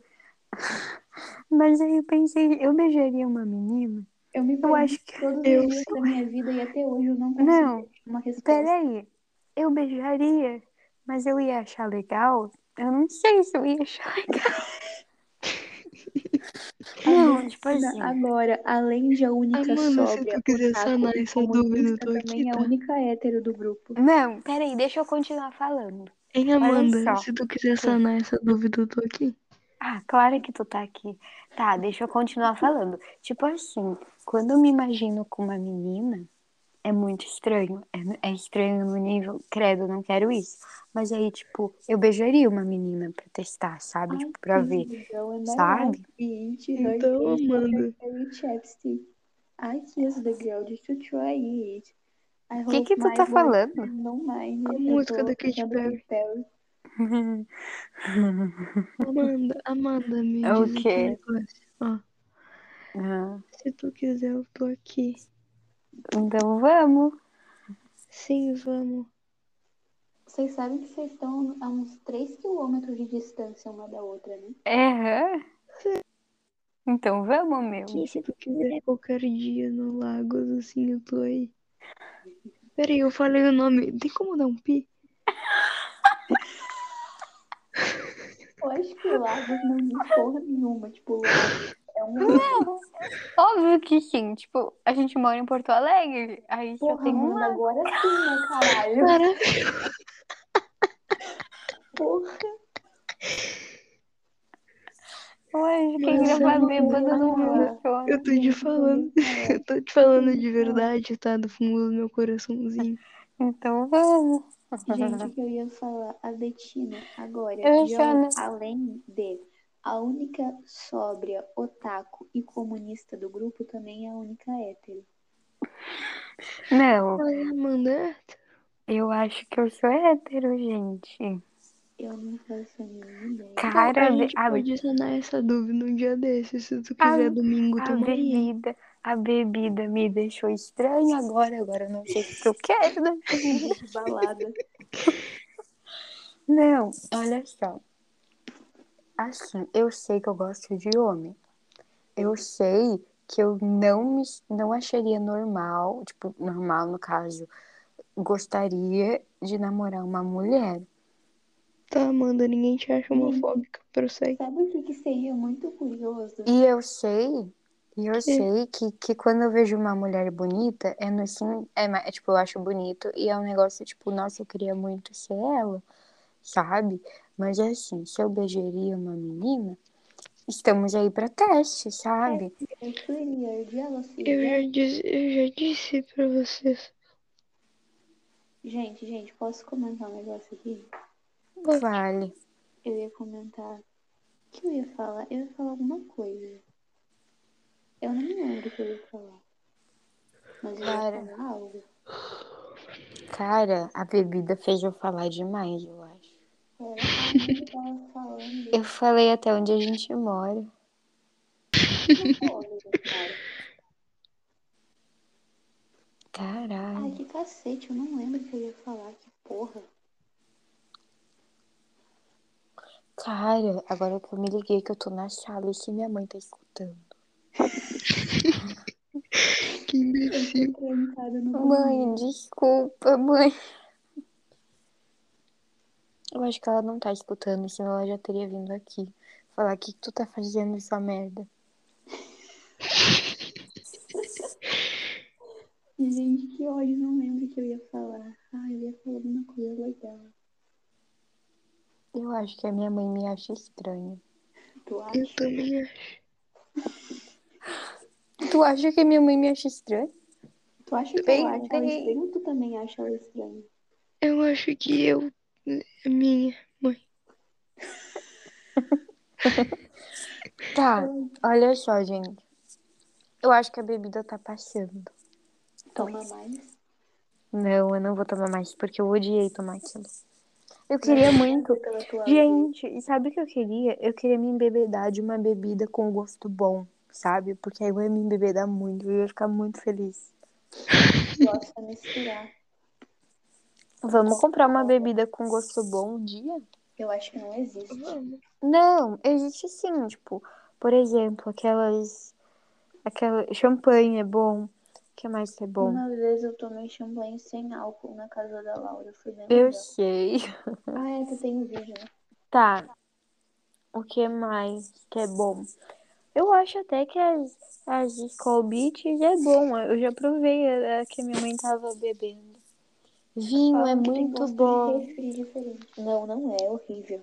[SPEAKER 2] Mas aí eu pensei, eu beijaria uma menina?
[SPEAKER 3] Eu me
[SPEAKER 2] Eu
[SPEAKER 3] pergunto
[SPEAKER 2] acho que.
[SPEAKER 3] todos os
[SPEAKER 1] eu-
[SPEAKER 3] dias da minha vida e até hoje eu não consigo
[SPEAKER 2] Não,
[SPEAKER 3] uma resposta.
[SPEAKER 2] peraí. Eu beijaria, mas eu ia achar legal? Eu não sei se eu ia achar legal. Não, tipo assim.
[SPEAKER 3] Agora, além de a única
[SPEAKER 1] Amanda, se
[SPEAKER 3] sóbria,
[SPEAKER 1] tu quiser
[SPEAKER 3] otaku
[SPEAKER 1] sanar
[SPEAKER 3] e
[SPEAKER 1] essa dúvida, eu
[SPEAKER 3] comunista,
[SPEAKER 1] tô aqui,
[SPEAKER 3] também é a
[SPEAKER 1] tá?
[SPEAKER 3] única hétero do grupo.
[SPEAKER 2] Não, peraí, deixa eu continuar falando.
[SPEAKER 1] Hein,
[SPEAKER 2] Olha
[SPEAKER 1] Amanda,
[SPEAKER 2] só.
[SPEAKER 1] se tu quiser sanar essa dúvida, eu tô aqui.
[SPEAKER 2] Ah, claro que tu tá aqui. Tá, deixa eu continuar falando. Tipo assim, quando eu me imagino com uma menina, é muito estranho. É, é estranho no nível, credo, não quero isso. Mas aí, tipo, eu beijaria uma menina pra testar, sabe? Tipo, pra ver.
[SPEAKER 3] é
[SPEAKER 2] sabe?
[SPEAKER 1] Então, Amanda.
[SPEAKER 3] I kiss the girl just to try it. I
[SPEAKER 2] O que
[SPEAKER 3] hope
[SPEAKER 2] que tu
[SPEAKER 3] my
[SPEAKER 2] tá
[SPEAKER 3] boyfriend
[SPEAKER 2] falando?
[SPEAKER 3] don't mind.
[SPEAKER 1] A
[SPEAKER 3] Eu
[SPEAKER 1] música
[SPEAKER 3] tô
[SPEAKER 1] da Katy
[SPEAKER 3] escutando
[SPEAKER 1] Perry.
[SPEAKER 3] Katy Perry.
[SPEAKER 1] Amanda, Amanda, me
[SPEAKER 2] É o
[SPEAKER 1] diz aqui
[SPEAKER 2] quê?
[SPEAKER 1] um negócio. Ó,
[SPEAKER 2] Ah,
[SPEAKER 1] se tu quiser, eu tô aqui.
[SPEAKER 2] Então vamos.
[SPEAKER 1] Sim, vamos.
[SPEAKER 3] Vocês sabem que vocês estão a uns 3 quilômetros de distância uma da outra, né?
[SPEAKER 2] É. hã? Então vamos, meu.
[SPEAKER 1] Aqui, se tu quiser, qualquer dia no Lagos, assim, eu tô aí. Peraí, eu falei o nome. Tem como dar um pi?
[SPEAKER 3] Eu acho que Lagos não diz porra nenhuma. Tipo, Lagos é um
[SPEAKER 2] Não, óbvio que sim. Tipo, a gente mora em Porto Alegre. Aí só
[SPEAKER 3] porra,
[SPEAKER 2] tem um
[SPEAKER 3] mano,
[SPEAKER 2] lago.
[SPEAKER 3] agora sim, né, caralho?
[SPEAKER 1] Maravilha.
[SPEAKER 3] Porra.
[SPEAKER 2] Eu acho que é
[SPEAKER 1] Mano,
[SPEAKER 2] gravar
[SPEAKER 1] sério,
[SPEAKER 2] bêbado não
[SPEAKER 1] mano,
[SPEAKER 2] funciona.
[SPEAKER 1] Eu tô te falando.
[SPEAKER 3] É,
[SPEAKER 1] Eu tô te falando de verdade, tá? Do fundo do meu coraçãozinho.
[SPEAKER 2] Então vamos.
[SPEAKER 3] Gente, o que eu ia falar? A Betina, agora,
[SPEAKER 2] Eu
[SPEAKER 3] de
[SPEAKER 2] chamo.
[SPEAKER 3] além de a única sóbria, otaku e comunista do grupo, também é a única hétero.
[SPEAKER 2] Não,
[SPEAKER 1] Ai, Amanda, é?
[SPEAKER 2] eu acho que eu sou hétero, gente.
[SPEAKER 3] Eu não faço a mínima ideia.
[SPEAKER 2] Cara,
[SPEAKER 1] a
[SPEAKER 2] be-
[SPEAKER 1] gente
[SPEAKER 2] a,
[SPEAKER 1] pode sanar tipo, essa dúvida um dia desses. Se tu
[SPEAKER 2] Ah,
[SPEAKER 1] quiser, domingo,
[SPEAKER 2] a
[SPEAKER 1] tamo aí.
[SPEAKER 2] bebida, a bebida me deixou estranha agora. Agora eu não sei o que eu quero da vida.
[SPEAKER 3] Gente, balada.
[SPEAKER 2] Não, olha só. Assim, eu sei que eu gosto de homem. Eu sei que eu não me não acharia normal, tipo, normal no caso, gostaria de namorar uma mulher.
[SPEAKER 1] Tá, Amanda, ninguém te acha homofóbica. Prossegue.
[SPEAKER 3] Sabe o que, que seria muito curioso?
[SPEAKER 2] E eu sei, e eu sei que, que quando eu vejo uma mulher bonita, é no sim, é, ma- é tipo, eu acho bonito e é um negócio tipo, nossa, eu queria muito ser ela, sabe? Mas assim, se eu beijaria uma menina, estamos aí pra teste, sabe?
[SPEAKER 3] Eu queria, eu odiava assim.
[SPEAKER 1] Eu já disse, eu já disse pra vocês.
[SPEAKER 3] Gente, gente, posso comentar um negócio aqui?
[SPEAKER 2] Vale.
[SPEAKER 3] Eu ia comentar. O que eu ia falar? Eu ia falar alguma coisa. Eu não me lembro o que eu ia falar. Mas eu
[SPEAKER 2] Cara.
[SPEAKER 3] ia falar algo.
[SPEAKER 2] Cara, a bebida fez eu falar demais, eu acho.
[SPEAKER 3] Era algo que eu tava falando.
[SPEAKER 2] Eu falei até onde a gente mora.
[SPEAKER 3] Ai, né,
[SPEAKER 2] Caralho.
[SPEAKER 3] que cacete, eu não lembro o que eu ia falar, que porra.
[SPEAKER 2] Cara, agora que eu me liguei que eu tô na sala e que minha mãe tá escutando.
[SPEAKER 1] Que imbecil.
[SPEAKER 3] Eu tô trancada no banheiro.
[SPEAKER 2] Mãe, desculpa, mãe. Eu acho que ela não tá escutando, senão ela já teria vindo aqui. Falar, o que que tu tá fazendo essa merda?
[SPEAKER 3] Gente, que ódio, não lembro o que eu ia falar. Ai, eu ia falar alguma coisa legal.
[SPEAKER 2] Eu acho que a minha mãe me acha estranha.
[SPEAKER 3] Tu acha?
[SPEAKER 1] Eu também acho.
[SPEAKER 2] Tu acha que a minha mãe me acha estranha?
[SPEAKER 3] Tu acha que
[SPEAKER 2] Bem,
[SPEAKER 3] eu acho ela
[SPEAKER 2] bem.
[SPEAKER 3] estranha ou tu também acha ela estranha?
[SPEAKER 1] Eu acho que eu. é Minha mãe.
[SPEAKER 2] Tá, olha só, gente. Eu acho que a bebida tá passando. Então,
[SPEAKER 3] Toma mais.
[SPEAKER 2] Não, eu não vou tomar mais, porque eu odiei tomar aquilo. Eu queria muito.
[SPEAKER 3] Pela tua
[SPEAKER 2] Gente, e sabe o que eu queria? Eu queria me embebedar de uma bebida com gosto bom, sabe? Porque aí eu ia me embebedar muito, eu ia ficar muito feliz.
[SPEAKER 3] gosta de misturar.
[SPEAKER 2] Vamos comprar uma bebida com gosto bom um dia?
[SPEAKER 3] Eu acho que não existe.
[SPEAKER 2] Uhum. Não, existe sim, tipo, por exemplo, aquelas. Aquela. Champanhe é bom. O que mais que é bom?
[SPEAKER 3] Uma vez eu tomei champanhe sem álcool na casa da Laura. Foi bem
[SPEAKER 2] Eu
[SPEAKER 3] legal.
[SPEAKER 2] sei.
[SPEAKER 3] Ah, é, tu tem o vídeo, né?
[SPEAKER 2] Tá. O que mais que é bom? Eu acho até que as, as Skol Beats é bom. Eu já provei a, a que minha mãe tava bebendo. Vinho é
[SPEAKER 3] Falam que tem
[SPEAKER 2] muito
[SPEAKER 3] gosto de
[SPEAKER 2] bom.
[SPEAKER 3] refri diferente. Não, não é, é horrível.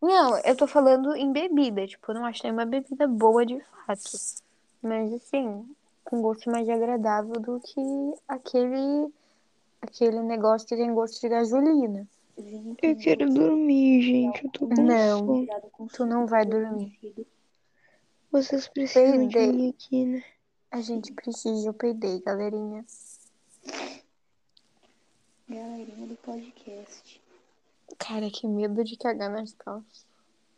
[SPEAKER 2] Não, eu tô falando em bebida. Tipo, eu não acho nenhuma bebida boa de fato. Mas assim, com gosto mais agradável do que aquele, aquele negócio que tem gosto de gasolina.
[SPEAKER 3] Vinho
[SPEAKER 1] Eu
[SPEAKER 3] com
[SPEAKER 1] quero
[SPEAKER 3] gosto.
[SPEAKER 1] dormir, gente. Eu tô com
[SPEAKER 2] Não.
[SPEAKER 1] sono.
[SPEAKER 3] Cuidado com
[SPEAKER 2] Tu
[SPEAKER 3] o
[SPEAKER 2] não
[SPEAKER 3] suco
[SPEAKER 2] vai
[SPEAKER 3] do
[SPEAKER 2] dormir.
[SPEAKER 3] vencido.
[SPEAKER 1] Vocês precisam de
[SPEAKER 2] Perder.
[SPEAKER 1] mim aqui, né?
[SPEAKER 2] A gente precisa, eu peidei, galerinha.
[SPEAKER 3] Galerinha do podcast.
[SPEAKER 2] Cara, que medo de cagar nas calças.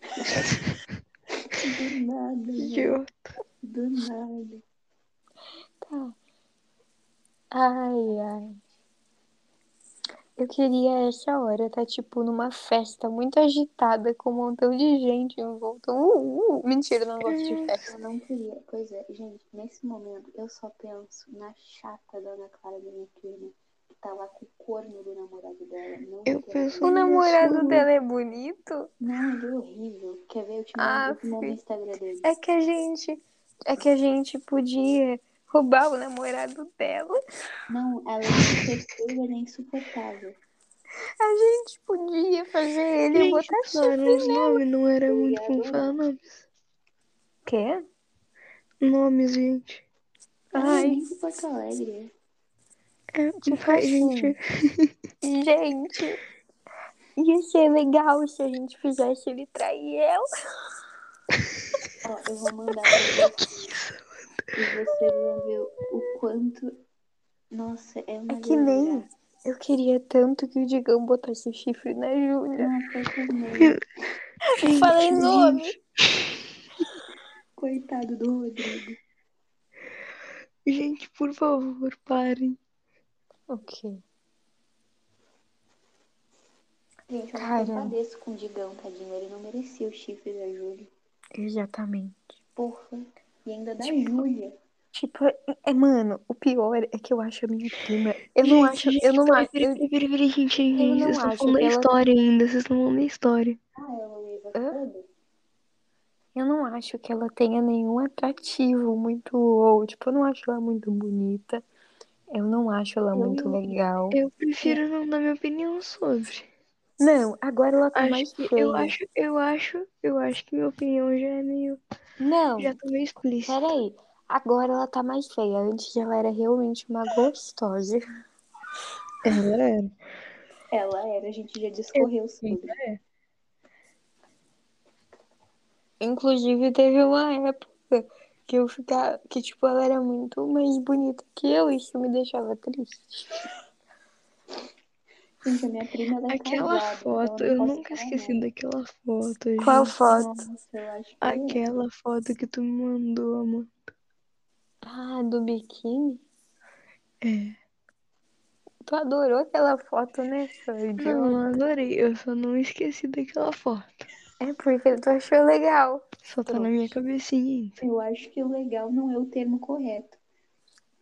[SPEAKER 3] Do nada, gente.
[SPEAKER 1] Idiota.
[SPEAKER 3] Do nada.
[SPEAKER 2] Tá. Ai, ai. Eu queria essa hora tá, tipo, numa festa muito agitada, com um montão de gente em volta. Uh, uh. Mentira, eu não gosto de festa.
[SPEAKER 3] Eu não queria. Pois é, gente, nesse momento eu só penso na chata da Ana Clara da minha turma, que tá lá com o corno do namorado dela. Não
[SPEAKER 1] Eu
[SPEAKER 3] quero.
[SPEAKER 1] penso-
[SPEAKER 2] O namorado dela é bonito?
[SPEAKER 3] Não, ele é horrível. Quer ver? Eu te
[SPEAKER 2] Ah,
[SPEAKER 3] mando o
[SPEAKER 2] fi.
[SPEAKER 3] nome do Instagram dele.
[SPEAKER 2] É que a gente. É que a gente podia roubar o namorado dela.
[SPEAKER 3] Não, ela é perfeita, ela é insuportável.
[SPEAKER 2] A gente podia fazer ele
[SPEAKER 1] Gente,
[SPEAKER 2] botar
[SPEAKER 1] falaram os nomes, não era muito
[SPEAKER 3] Eu
[SPEAKER 1] bom
[SPEAKER 3] adoro.
[SPEAKER 1] falar nomes.
[SPEAKER 2] Quê?
[SPEAKER 1] Nomes, gente.
[SPEAKER 3] Ela é
[SPEAKER 2] Ai,
[SPEAKER 3] nem de Porto Alegre.
[SPEAKER 1] É,
[SPEAKER 2] Tipo
[SPEAKER 1] vai, gente.
[SPEAKER 2] gente. Ia ser legal se a gente fizesse ele trair ela.
[SPEAKER 3] Ó, eu vou mandar pra vocês. E vocês vão ver o quanto. Nossa, é uma
[SPEAKER 2] É que nem eu queria tanto que o Digão botasse o chifre na Júlia.
[SPEAKER 3] nem.
[SPEAKER 2] Falei nome.
[SPEAKER 3] Coitado do Rodrigo.
[SPEAKER 1] Gente, por favor, parem.
[SPEAKER 2] O quê?
[SPEAKER 3] Gente, eu
[SPEAKER 2] Cara.
[SPEAKER 3] me compadeço com o Digão, tadinho. Ele não merecia o chifre da Júlia.
[SPEAKER 2] Exatamente.
[SPEAKER 3] Porra. E ainda da Júlia.
[SPEAKER 2] Tipo, é, mano, o pior é que eu acho a minha prima. Eu não
[SPEAKER 1] Gente,
[SPEAKER 2] acho.
[SPEAKER 1] gente,
[SPEAKER 2] Eu não
[SPEAKER 1] peraí,
[SPEAKER 2] acho.
[SPEAKER 1] peraí,
[SPEAKER 2] eu-
[SPEAKER 1] peraí, peraí, peraí, gente, gente,
[SPEAKER 2] eu não
[SPEAKER 1] vocês estão
[SPEAKER 2] acho
[SPEAKER 1] falando da
[SPEAKER 2] que ela-
[SPEAKER 1] história ainda, vocês estão falando da história.
[SPEAKER 3] Ah, Heloísa,
[SPEAKER 2] Hã?
[SPEAKER 3] foda-se.
[SPEAKER 2] Eu não acho que ela tenha nenhum atrativo muito. Ou, tipo, eu não acho ela muito bonita. Eu não acho ela
[SPEAKER 3] Eu
[SPEAKER 2] muito
[SPEAKER 3] não-
[SPEAKER 2] legal.
[SPEAKER 1] Eu prefiro não dar minha opinião sobre.
[SPEAKER 2] Não, agora ela tá mais
[SPEAKER 1] Acho que, eu
[SPEAKER 2] feia.
[SPEAKER 1] acho, eu acho, eu acho que minha opinião já é meio.
[SPEAKER 2] Não,
[SPEAKER 1] Já tô meio explícita.
[SPEAKER 2] Peraí, agora ela tá mais feia. Antes ela era realmente uma gostosa.
[SPEAKER 1] Ela era.
[SPEAKER 3] Ela era, a gente já discorreu sobre.
[SPEAKER 2] Inclusive, teve uma época que eu ficava. Que, tipo, ela era muito mais bonita que eu. Isso me deixava triste.
[SPEAKER 3] Gente, a minha prima ela é
[SPEAKER 1] Aquela
[SPEAKER 3] casada,
[SPEAKER 1] foto,
[SPEAKER 3] então eu
[SPEAKER 1] eu
[SPEAKER 3] não posso
[SPEAKER 1] nunca
[SPEAKER 3] falar
[SPEAKER 1] esqueci
[SPEAKER 3] nada.
[SPEAKER 1] daquela foto, gente.
[SPEAKER 2] Qual foto?
[SPEAKER 3] Nossa, eu acho que é eu lembro.
[SPEAKER 1] Aquela foto que tu me mandou, amor.
[SPEAKER 2] Ah, do biquíni?
[SPEAKER 1] É.
[SPEAKER 2] Tu adorou aquela foto, né, seu
[SPEAKER 1] Não, eu
[SPEAKER 2] idiota?
[SPEAKER 1] adorei. Eu só não esqueci daquela foto.
[SPEAKER 2] É porque tu achou legal.
[SPEAKER 1] Só tá na minha cabecinha ainda.
[SPEAKER 3] Eu acho que o legal não é o termo correto.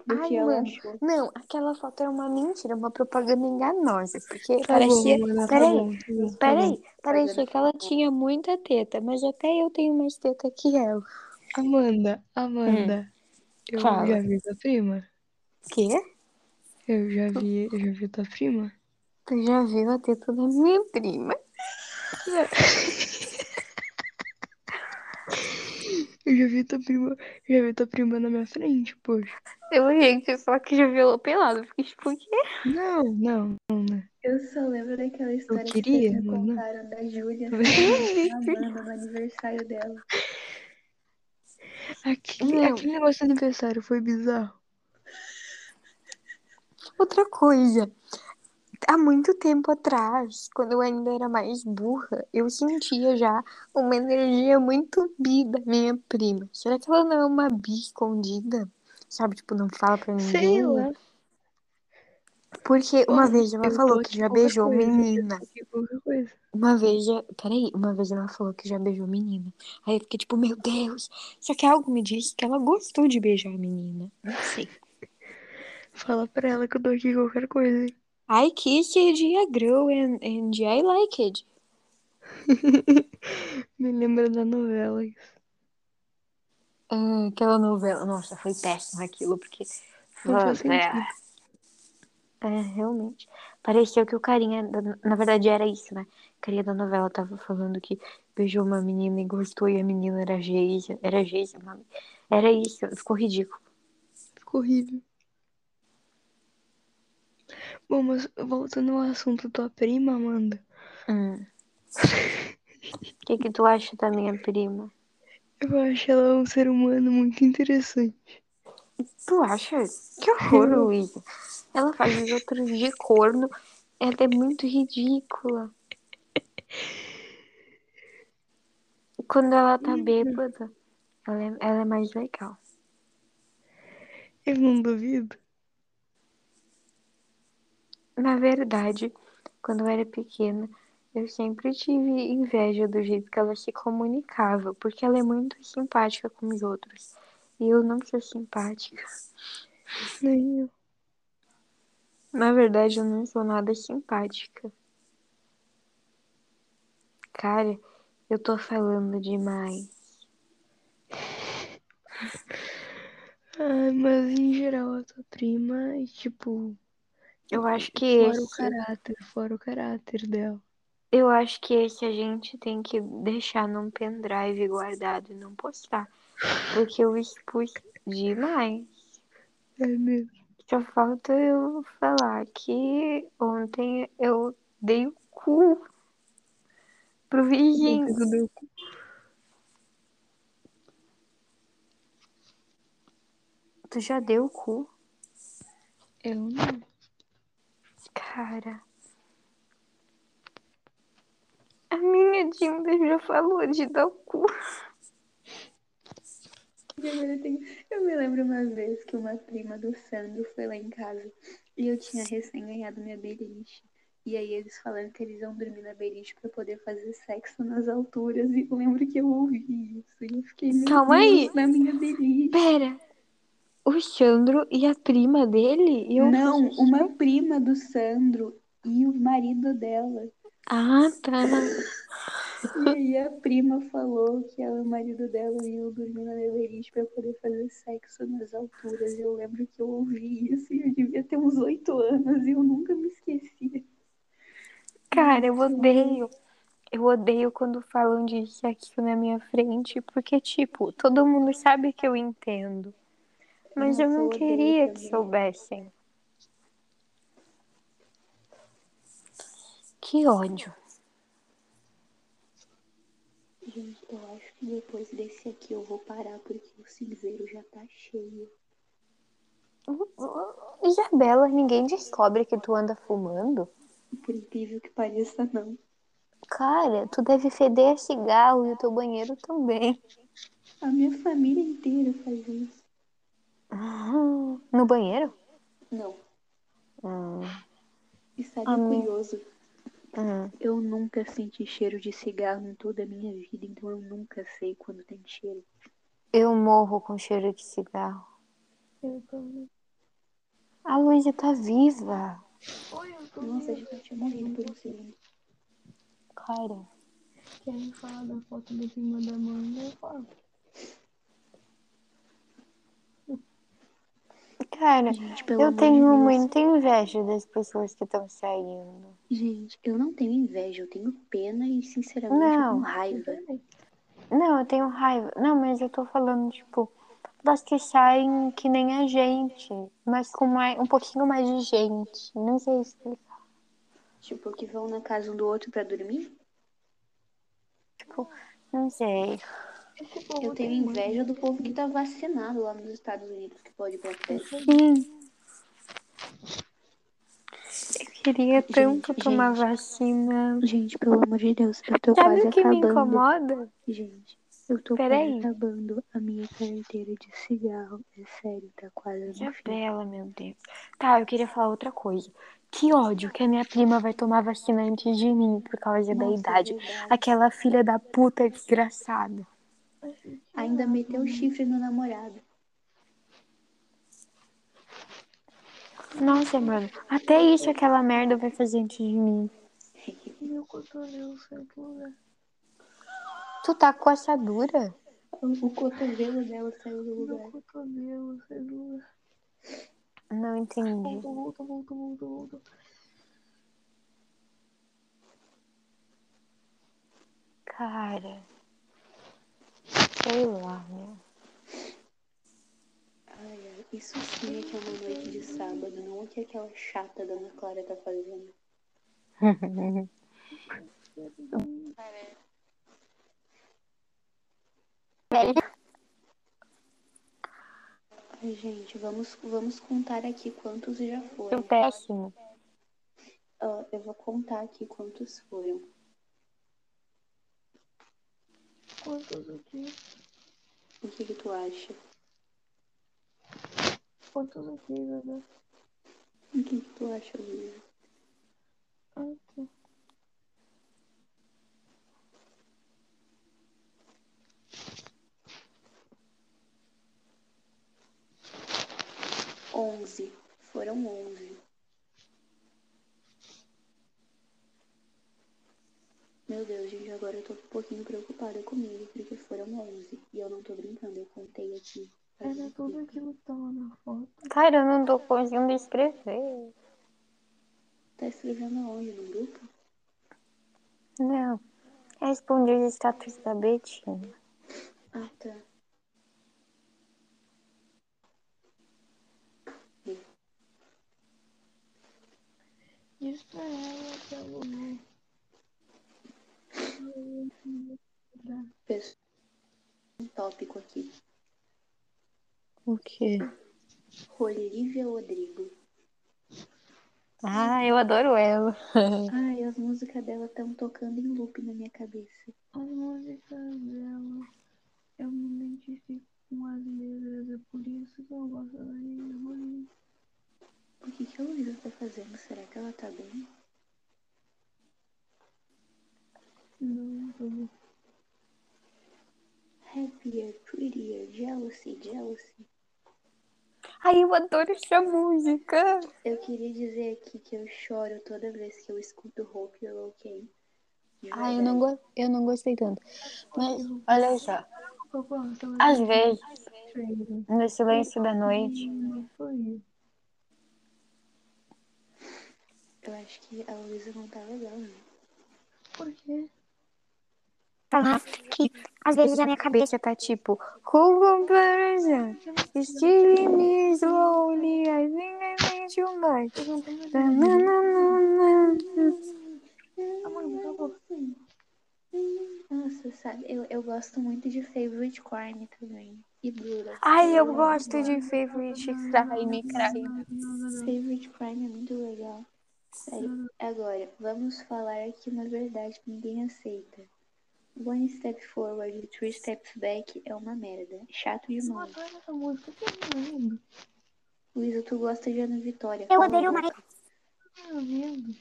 [SPEAKER 3] Do
[SPEAKER 2] Ai,
[SPEAKER 3] que ela
[SPEAKER 2] mano.
[SPEAKER 3] achou.
[SPEAKER 2] Não, aquela foto era uma mentira, uma propaganda enganosa. Porque
[SPEAKER 1] Tá bom,
[SPEAKER 2] parecia.
[SPEAKER 1] Ana, tá
[SPEAKER 2] Peraí,
[SPEAKER 1] bom. tá bom, tá bom.
[SPEAKER 2] peraí, parecia que ela tinha muita teta, mas até eu tenho mais teta que ela.
[SPEAKER 1] Amanda, Amanda. Eu
[SPEAKER 2] Hum. fala.
[SPEAKER 1] já vi tua prima?
[SPEAKER 2] Quê?
[SPEAKER 1] Eu já vi, eu já vi tua prima?
[SPEAKER 2] Tu já viu a teta da minha prima?
[SPEAKER 1] Eu já vi tua prima, eu já vi tua prima na minha frente, poxa.
[SPEAKER 2] Eu, gente, só que já viu ela pelada. Fiquei tipo, o quê?
[SPEAKER 1] Não, não. né?
[SPEAKER 3] Eu só lembro daquela história
[SPEAKER 1] queria,
[SPEAKER 3] que vocês me
[SPEAKER 1] mano.
[SPEAKER 3] contaram da Júlia ficando com a Amanda no aniversário dela.
[SPEAKER 1] Aquele,
[SPEAKER 2] Não.
[SPEAKER 1] aquele negócio de aniversário foi bizarro.
[SPEAKER 2] Outra coisa. Há muito tempo atrás, quando eu ainda era mais burra, eu sentia já uma energia muito bi da minha prima. Será que ela não é uma bi escondida? Sabe, tipo, não fala pra ninguém?
[SPEAKER 1] Sei lá.
[SPEAKER 2] Porque uma
[SPEAKER 1] Ô,
[SPEAKER 2] vez Uhum. ela
[SPEAKER 1] eu
[SPEAKER 2] falou
[SPEAKER 1] tô
[SPEAKER 2] que
[SPEAKER 1] aqui
[SPEAKER 2] já
[SPEAKER 1] qualquer
[SPEAKER 2] beijou
[SPEAKER 1] coisa, eu
[SPEAKER 2] menina.
[SPEAKER 1] tô aqui qualquer coisa.
[SPEAKER 2] Uma vez já. Peraí, uma vez ela falou que já beijou menina. Aí eu fiquei tipo, meu Deus. Só que algo me disse que ela gostou de beijar a menina. Não sei.
[SPEAKER 1] Fala pra ela que eu tô aqui qualquer coisa. hein?
[SPEAKER 2] I kissed a girl and, and I like it.
[SPEAKER 1] Me lembra da novela. isso.
[SPEAKER 2] Ah, aquela novela. Nossa, foi péssimo aquilo, porque.
[SPEAKER 1] Não faz
[SPEAKER 2] Mano, é.
[SPEAKER 1] sentido.
[SPEAKER 2] É, realmente. Pareceu que o carinha. da- Na verdade, era isso, né? O carinha da novela tava falando que beijou uma menina e gostou, e a menina era Geisa. Era Geisa, o nome. Era isso, ficou ridículo.
[SPEAKER 1] Ficou horrível. Bom, mas voltando ao assunto, tua prima, Amanda.
[SPEAKER 2] Hum. O que, que tu acha da minha prima?
[SPEAKER 1] Eu acho ela um ser humano muito interessante.
[SPEAKER 2] Tu acha? Que horror, Luísa. Ela faz os outros de corno. Ela é muito ridícula. Quando ela tá bêbada, ela é, ela é mais legal.
[SPEAKER 1] Eu não duvido.
[SPEAKER 2] Na verdade, quando eu era pequena, eu sempre tive inveja do jeito que ela se comunicava, porque ela é muito simpática com os outros. E eu não sou simpática.
[SPEAKER 1] Nem eu.
[SPEAKER 2] Na verdade, eu não sou nada simpática. Cara, eu tô falando demais.
[SPEAKER 1] Ai, Ah, mas em geral a tua prima é tipo.
[SPEAKER 2] Eu acho que
[SPEAKER 1] Fora o
[SPEAKER 2] esse,
[SPEAKER 1] caráter, fora o caráter dela.
[SPEAKER 2] eu acho que esse a gente tem que deixar num pendrive guardado e não postar, porque eu expus demais.
[SPEAKER 1] É mesmo.
[SPEAKER 2] Só falta eu falar que ontem eu dei o cu pro vizinho.
[SPEAKER 1] Tudo deu cu.
[SPEAKER 2] Tu já deu o cu?
[SPEAKER 1] Eu não.
[SPEAKER 2] Cara. A minha Dinda já falou de dar o cu.
[SPEAKER 3] Eu tenho- eu me lembro uma vez que uma prima do Sandro foi lá em casa e eu tinha recém ganhado minha beliche. E aí eles falaram que eles iam dormir na beliche pra poder fazer sexo nas alturas. E eu lembro que eu ouvi isso. E eu fiquei, meu
[SPEAKER 2] Calma aí.
[SPEAKER 3] Deus, na minha beliche.
[SPEAKER 2] Pera. O Sandro e a prima dele? E eu...
[SPEAKER 3] Não, uma prima do Sandro e o marido dela.
[SPEAKER 2] Ah, tá.
[SPEAKER 3] E aí a prima falou que ela e o marido dela iam dormir na minha beliche pra poder fazer sexo nas alturas. E eu lembro que eu ouvi isso e eu devia ter uns oito anos e eu nunca me esqueci.
[SPEAKER 2] Cara, eu odeio. Eu odeio quando falam disso e aquilo na minha frente, porque, tipo, todo mundo sabe que eu entendo. Mas eu
[SPEAKER 3] Nossa,
[SPEAKER 2] não
[SPEAKER 3] eu odeio
[SPEAKER 2] queria que
[SPEAKER 3] também.
[SPEAKER 2] soubessem. Que ódio.
[SPEAKER 3] Gente, eu acho que depois desse aqui eu vou parar porque o cinzeiro já tá cheio.
[SPEAKER 2] Hum, Isabela, ninguém descobre que tu anda fumando?
[SPEAKER 3] Por incrível que pareça, não.
[SPEAKER 2] Cara, tu deve feder a cigarro e o teu banheiro também.
[SPEAKER 3] A minha família inteira faz isso.
[SPEAKER 2] Ah, No banheiro?
[SPEAKER 3] Não.
[SPEAKER 2] Hum,
[SPEAKER 3] E sabe
[SPEAKER 2] Amém.
[SPEAKER 3] curioso?
[SPEAKER 2] hum.
[SPEAKER 3] Eu nunca senti cheiro de cigarro em toda a minha vida, então eu nunca sei quando tem cheiro.
[SPEAKER 2] Eu morro com cheiro de cigarro.
[SPEAKER 1] Eu também.
[SPEAKER 2] A Luísa tá viva.
[SPEAKER 1] Oi, eu tô
[SPEAKER 3] Nossa,
[SPEAKER 1] viva.
[SPEAKER 3] acho que eu tinha morrido por um segundo.
[SPEAKER 2] Cara,
[SPEAKER 1] Querem falar da foto da prima da mãe? Eu falo.
[SPEAKER 2] cara,
[SPEAKER 3] Gente, pelo
[SPEAKER 2] eu
[SPEAKER 3] amor
[SPEAKER 2] tenho
[SPEAKER 3] de Deus.
[SPEAKER 2] muita inveja das pessoas que estão saindo.
[SPEAKER 3] Gente, eu não tenho inveja, eu tenho pena e, sinceramente, eu
[SPEAKER 2] Não.
[SPEAKER 3] tenho raiva.
[SPEAKER 2] Não, eu tenho raiva. Não, mas eu tô falando, tipo, das que saem que nem a gente, mas com mais, um pouquinho mais de gente. Não sei explicar.
[SPEAKER 3] Tipo, que vão na casa um do outro pra dormir?
[SPEAKER 2] Não sei.
[SPEAKER 1] Esse povo
[SPEAKER 3] Eu tenho
[SPEAKER 1] tem mãe.
[SPEAKER 3] inveja do povo que tá vacinado lá nos Estados Unidos, que pode ir pra festa.
[SPEAKER 2] Hum. Eu queria tanto
[SPEAKER 3] Gente,
[SPEAKER 2] tomar
[SPEAKER 3] gente.
[SPEAKER 2] vacina.
[SPEAKER 3] Gente, pelo amor de Deus, eu tô
[SPEAKER 2] Sabe
[SPEAKER 3] quase
[SPEAKER 2] o que me
[SPEAKER 3] acabando.
[SPEAKER 2] incomoda?
[SPEAKER 3] Gente, eu tô
[SPEAKER 2] Peraí.
[SPEAKER 3] quase acabando a minha carteira de cigarro. É sério, tá quase no fim.
[SPEAKER 2] Isabela, meu Deus. Tá, eu queria falar outra coisa. Que ódio que a minha prima vai tomar vacina antes de mim por causa da
[SPEAKER 3] Nossa,
[SPEAKER 2] idade.
[SPEAKER 3] verdade.
[SPEAKER 2] Aquela filha da puta desgraçada.
[SPEAKER 3] Ainda meteu o chifre no namorado.
[SPEAKER 2] Nossa, mano, até isso aquela merda vai fazer antes de mim.
[SPEAKER 1] E meu cotonel sai do lugar.
[SPEAKER 2] Tu tá com assadura?
[SPEAKER 3] O cotovelo dela saiu do
[SPEAKER 1] Meu
[SPEAKER 3] lugar.
[SPEAKER 1] cotonel sai do lugar.
[SPEAKER 2] Não entendi.
[SPEAKER 1] Volta, volta, volta, volta, volta.
[SPEAKER 2] Cara. Sei lá, meu.
[SPEAKER 3] Ai, ai, isso sim é que é uma noite de sábado, não o que aquela chata da Ana Clara tá fazendo. Ai, gente, vamos, vamos contar aqui quantos já
[SPEAKER 2] Tô
[SPEAKER 3] foram.
[SPEAKER 2] péssimo.
[SPEAKER 3] Ó, eu vou contar aqui quantos foram.
[SPEAKER 1] Quantos aqui?
[SPEAKER 3] O que que tu acha?
[SPEAKER 1] Quantos aqui, Isabela?
[SPEAKER 3] O que que tu acha, Luísa?
[SPEAKER 1] Aqui.
[SPEAKER 3] Onze. Foram onze. Meu Deus, gente, agora eu tô um pouquinho preocupada comigo, porque foram onze. E eu não tô brincando, eu contei aqui.
[SPEAKER 1] Era tudo aquilo que tava na foto.
[SPEAKER 2] Cara, eu não tô conseguindo escrever.
[SPEAKER 3] Tá escrevendo aonde? No grupo?
[SPEAKER 2] Não. Respondi os status da Betina.
[SPEAKER 3] Ah, tá.
[SPEAKER 1] Diz pra ela que é ela não.
[SPEAKER 3] Pessoal, um tópico aqui.
[SPEAKER 2] O quê?
[SPEAKER 3] Olivia Rodrigo.
[SPEAKER 2] Ah, eu adoro ela.
[SPEAKER 3] Ai, as músicas dela estão tocando em loop na minha cabeça.
[SPEAKER 1] As músicas dela, eu me identifico com as letras, é por isso que eu gosto da Lívia Rodrigues.
[SPEAKER 3] O que, que a Luísa tá fazendo? Será que ela tá bem?
[SPEAKER 1] Não, tô bem.
[SPEAKER 3] Happier, prettier, jealousy, jealousy.
[SPEAKER 2] Ai, eu adoro essa música.
[SPEAKER 3] Eu queria dizer aqui que eu choro toda vez que eu escuto Hope You're Okay. De
[SPEAKER 2] Ai, eu não,
[SPEAKER 3] verdade.
[SPEAKER 2] go- eu não gostei tanto. Mas, olha só.
[SPEAKER 1] Eu gosto, ela
[SPEAKER 2] Às
[SPEAKER 1] é
[SPEAKER 2] vezes,
[SPEAKER 1] feia.
[SPEAKER 2] no silêncio da noite,
[SPEAKER 1] Não foi.
[SPEAKER 3] Eu acho que a Luísa não tá legal, né?
[SPEAKER 1] Por quê?
[SPEAKER 2] falar que às vezes a minha cabeça tá tipo, cool comparison, stealing me slowly, I think I made you much.
[SPEAKER 1] Eu não tenho
[SPEAKER 2] Na,
[SPEAKER 1] nada.
[SPEAKER 2] na, na, na, na.
[SPEAKER 1] Ah, mano, tá bom.
[SPEAKER 3] Nossa, sabe? Eu, eu gosto muito de Favorite Corn também. E Dura.
[SPEAKER 2] Ai, eu gosto de favorite fry, me cry.
[SPEAKER 1] Não, não, não.
[SPEAKER 3] Favorite Crime é muito legal. Sério. Agora, vamos falar aqui uma verdade que ninguém aceita. One step forward, three steps back é uma merda. Chato demais.
[SPEAKER 1] essa música, tá que eu não lembro.
[SPEAKER 3] Luísa, tu gosta de Ana Vitória.
[SPEAKER 2] Eu
[SPEAKER 3] Qual
[SPEAKER 2] odeio
[SPEAKER 3] é?
[SPEAKER 2] mais.
[SPEAKER 1] Ah, eu lembro.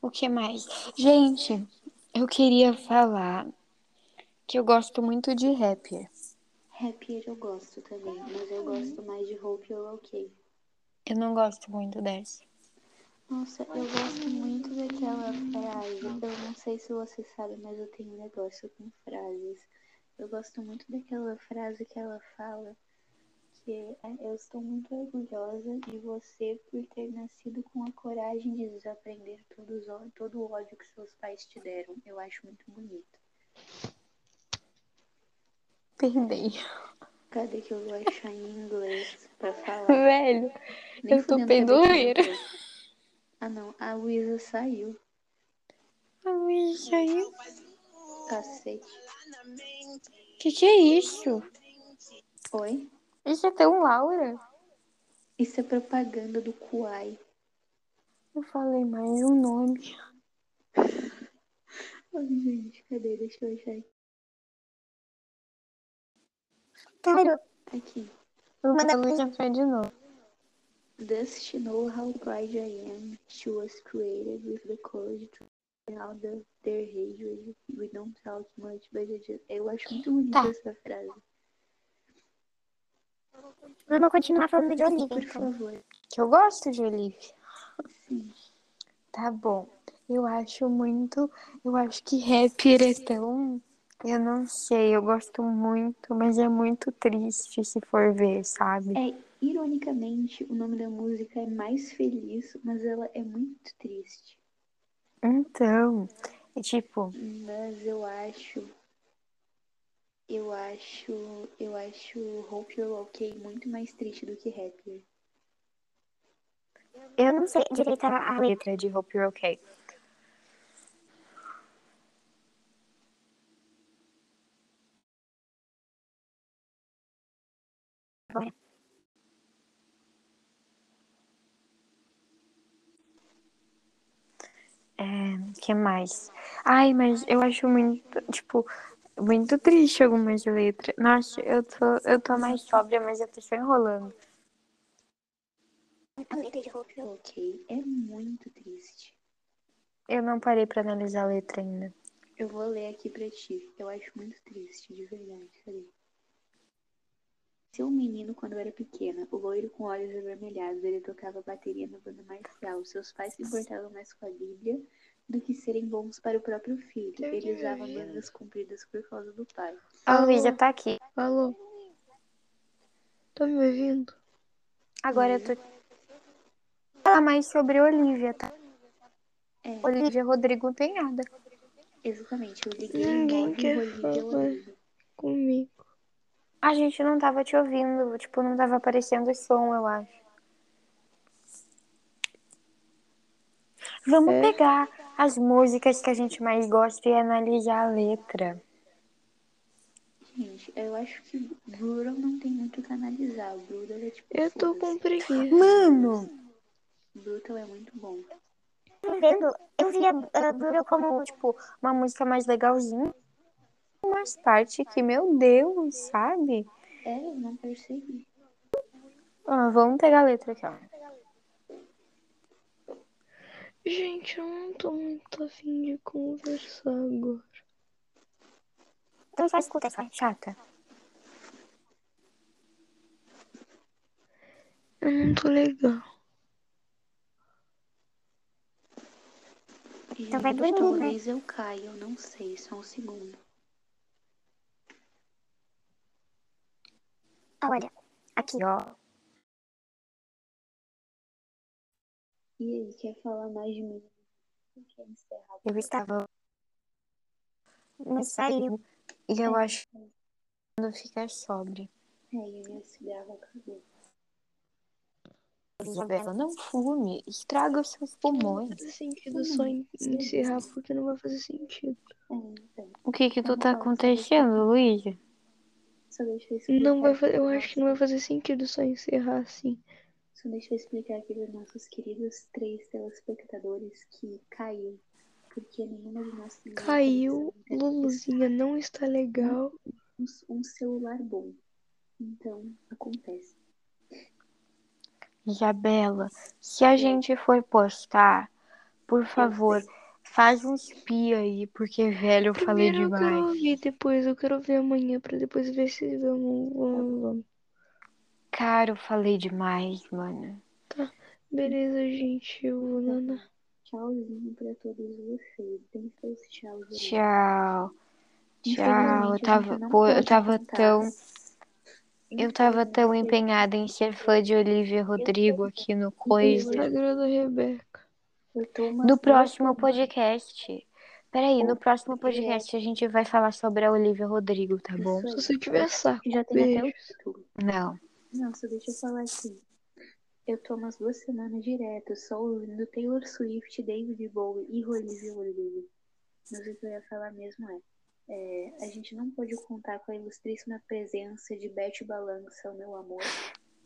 [SPEAKER 2] O que mais? Gente, eu queria falar que eu gosto muito de rapper.
[SPEAKER 3] Happier eu gosto também, mas eu gosto mais de Hope You're Okay.
[SPEAKER 2] Eu não gosto muito dessa.
[SPEAKER 3] Nossa, eu gosto muito daquela frase. Eu não sei se você sabe, mas eu tenho um negócio com frases. Eu gosto muito daquela frase que ela fala que é, eu estou muito orgulhosa de você por ter nascido com a coragem de desaprender todos, os ó- todo o ódio que seus pais te deram. Eu acho muito bonito.
[SPEAKER 2] Perdei.
[SPEAKER 3] Cadê que eu vou achar em inglês pra falar?
[SPEAKER 2] Velho,
[SPEAKER 3] Nem
[SPEAKER 2] Eu tô
[SPEAKER 3] fudendo que
[SPEAKER 2] pendureira.
[SPEAKER 3] tenho certeza. Ah, não. A Luísa saiu.
[SPEAKER 2] ai, isso aí.
[SPEAKER 3] Cacete.
[SPEAKER 2] Que que é isso?
[SPEAKER 3] Oi?
[SPEAKER 2] Isso é tão Laura.
[SPEAKER 3] Isso é propaganda do Kuai.
[SPEAKER 2] Eu falei mais um nome.
[SPEAKER 3] Ai, gente, cadê? Deixa eu achar aqui.
[SPEAKER 2] Cara,
[SPEAKER 3] Aqui.
[SPEAKER 2] manda a luz entrar de novo.
[SPEAKER 3] Does she know how proud I am? She was created with the courage to get out of their hatred. We don't talk much, but I just... Eu acho muito bonita
[SPEAKER 2] Tá.
[SPEAKER 3] essa frase.
[SPEAKER 2] Vamos continuar falando de Olivia,
[SPEAKER 3] Por
[SPEAKER 2] então.
[SPEAKER 3] favor.
[SPEAKER 2] Que eu gosto de Olivia.
[SPEAKER 3] Sim.
[SPEAKER 2] Tá bom. Eu acho muito. Eu acho que rapper é tão. Eu não sei, eu gosto muito, mas é muito triste se for ver, sabe?
[SPEAKER 3] É, ironicamente, o nome da música é Mais Feliz, mas ela é muito triste.
[SPEAKER 2] Então, é tipo,
[SPEAKER 3] Mas eu acho. Eu acho. Eu acho Hope You're Okay muito mais triste do que Happier.
[SPEAKER 2] eu não sei direito a a letra de Hope You're Okay. É, que mais? Ai, mas eu acho muito, tipo, muito triste algumas letras. Nossa, eu tô, eu tô mais sóbria, mas eu tô só enrolando.
[SPEAKER 3] A letra de Hope You're Okay é muito triste.
[SPEAKER 2] Eu não parei pra analisar a letra ainda.
[SPEAKER 3] Eu vou ler aqui pra ti. Eu acho muito triste, de verdade. Cadê? Seu um menino, quando era pequena, o loiro com olhos avermelhados, ele tocava bateria na banda marcial. Seus pais se importavam mais com a Bíblia do que serem bons para o próprio filho. Ele usava bandas compridas por causa do pai.
[SPEAKER 2] A Luísa tá aqui.
[SPEAKER 1] Alô? Tá me ouvindo?
[SPEAKER 2] Agora eu tô. Falar mais sobre Olivia, tá?
[SPEAKER 3] É.
[SPEAKER 2] Olivia Rodrigo Penhada.
[SPEAKER 3] Exatamente, eu liguei
[SPEAKER 1] Ninguém
[SPEAKER 3] logo e
[SPEAKER 1] quer
[SPEAKER 3] rolei
[SPEAKER 1] falar.
[SPEAKER 3] pela orelha.
[SPEAKER 1] Comigo.
[SPEAKER 2] A gente não tava te ouvindo, tipo, não tava aparecendo o som, eu acho. Vamos
[SPEAKER 1] É.
[SPEAKER 2] pegar as músicas que a gente mais gosta e analisar a letra.
[SPEAKER 3] Gente, eu acho que Bruno não tem muito o que analisar. O Bruno ele é tipo.
[SPEAKER 1] Eu tô com
[SPEAKER 3] foda-se.
[SPEAKER 1] preguiça.
[SPEAKER 2] Mano,
[SPEAKER 3] Brutal é muito bom.
[SPEAKER 2] vendo, eu via uh, Bruno como, tipo, uma música mais legalzinha. Umas partes que, meu Deus, sabe?
[SPEAKER 3] É, eu não percebi.
[SPEAKER 2] Ah, vamos pegar a letra aqui, ó.
[SPEAKER 1] Gente, eu não tô muito afim de conversar agora.
[SPEAKER 2] Então só escuta, só. Chata.
[SPEAKER 1] Eu não tô legal.
[SPEAKER 3] Então
[SPEAKER 2] vai dormir, né?
[SPEAKER 3] Talvez eu caia, eu não sei, só um segundo.
[SPEAKER 2] Olha, aqui, ó.
[SPEAKER 3] E aí, quer falar mais de mim? Quer encerrar?
[SPEAKER 2] Eu estava. Mas saiu. E eu acho que quando ficar sobre.
[SPEAKER 3] Aí, minha cigarra acabou.
[SPEAKER 2] Isabela, não fume, estraga os seus pulmões.
[SPEAKER 1] Não vai fazer sentido só en- encerrar porque não vai fazer sentido.
[SPEAKER 3] É, então.
[SPEAKER 2] O que que
[SPEAKER 3] tu tá
[SPEAKER 2] acontecendo, Luísa?
[SPEAKER 3] Só deixa eu explicar.
[SPEAKER 1] Não vai, fa-
[SPEAKER 3] aqui
[SPEAKER 1] eu
[SPEAKER 3] os
[SPEAKER 1] acho que não
[SPEAKER 2] assim.
[SPEAKER 1] é- vai fazer sentido só encerrar assim.
[SPEAKER 3] nossos- Só deixa eu explicar aqui os nossos queridos três telespectadores que caiu. Porque nenhuma de nós tem né?
[SPEAKER 1] Caiu,
[SPEAKER 3] conexão à internet,
[SPEAKER 1] Luluzinha não está legal.
[SPEAKER 3] um, um celular bom. Então, acontece.
[SPEAKER 2] Isabela, se a gente for postar, por favor, faz uns pi aí, porque, velho, eu falei
[SPEAKER 1] Primeiro eu quero
[SPEAKER 2] demais.
[SPEAKER 1] ouvir, depois eu quero ouvir amanhã pra depois ver se vamos.
[SPEAKER 2] Tá
[SPEAKER 1] vamos, vamos.
[SPEAKER 2] Cara, eu falei demais, mano.
[SPEAKER 1] Beleza, gente, eu vou nanar.
[SPEAKER 3] Tchauzinho pra todos vocês. Tem seus tchau, gente.
[SPEAKER 2] Tchau. Tchau. Eu
[SPEAKER 3] Infelizmente, a gente
[SPEAKER 2] tava,
[SPEAKER 3] não
[SPEAKER 2] pô, eu
[SPEAKER 3] pode
[SPEAKER 2] tava
[SPEAKER 3] contar.
[SPEAKER 2] tão, eu tava tão
[SPEAKER 3] Infelizmente.
[SPEAKER 2] empenhada em ser fã de Olivia Rodrigo aqui no coisa.
[SPEAKER 1] Instagram da Rebeca.
[SPEAKER 3] Eu tô umas
[SPEAKER 2] No
[SPEAKER 3] duas
[SPEAKER 2] próximo
[SPEAKER 3] semanas-
[SPEAKER 2] podcast. Peraí, no próximo podcast a gente vai falar sobre a Olivia Rodrigo, tá bom?
[SPEAKER 1] Se você tiver saco,
[SPEAKER 3] Já tem até o
[SPEAKER 1] beijo.
[SPEAKER 3] título.
[SPEAKER 2] Não.
[SPEAKER 3] Não, só deixa eu falar assim. Eu tô umas duas semanas direto, só ouvindo Taylor Swift, David Bowie e Olivia Rodrigo. Mas o que eu ia falar mesmo é, é, a gente não pôde contar com a ilustríssima presença de Beth Balança, o meu amor,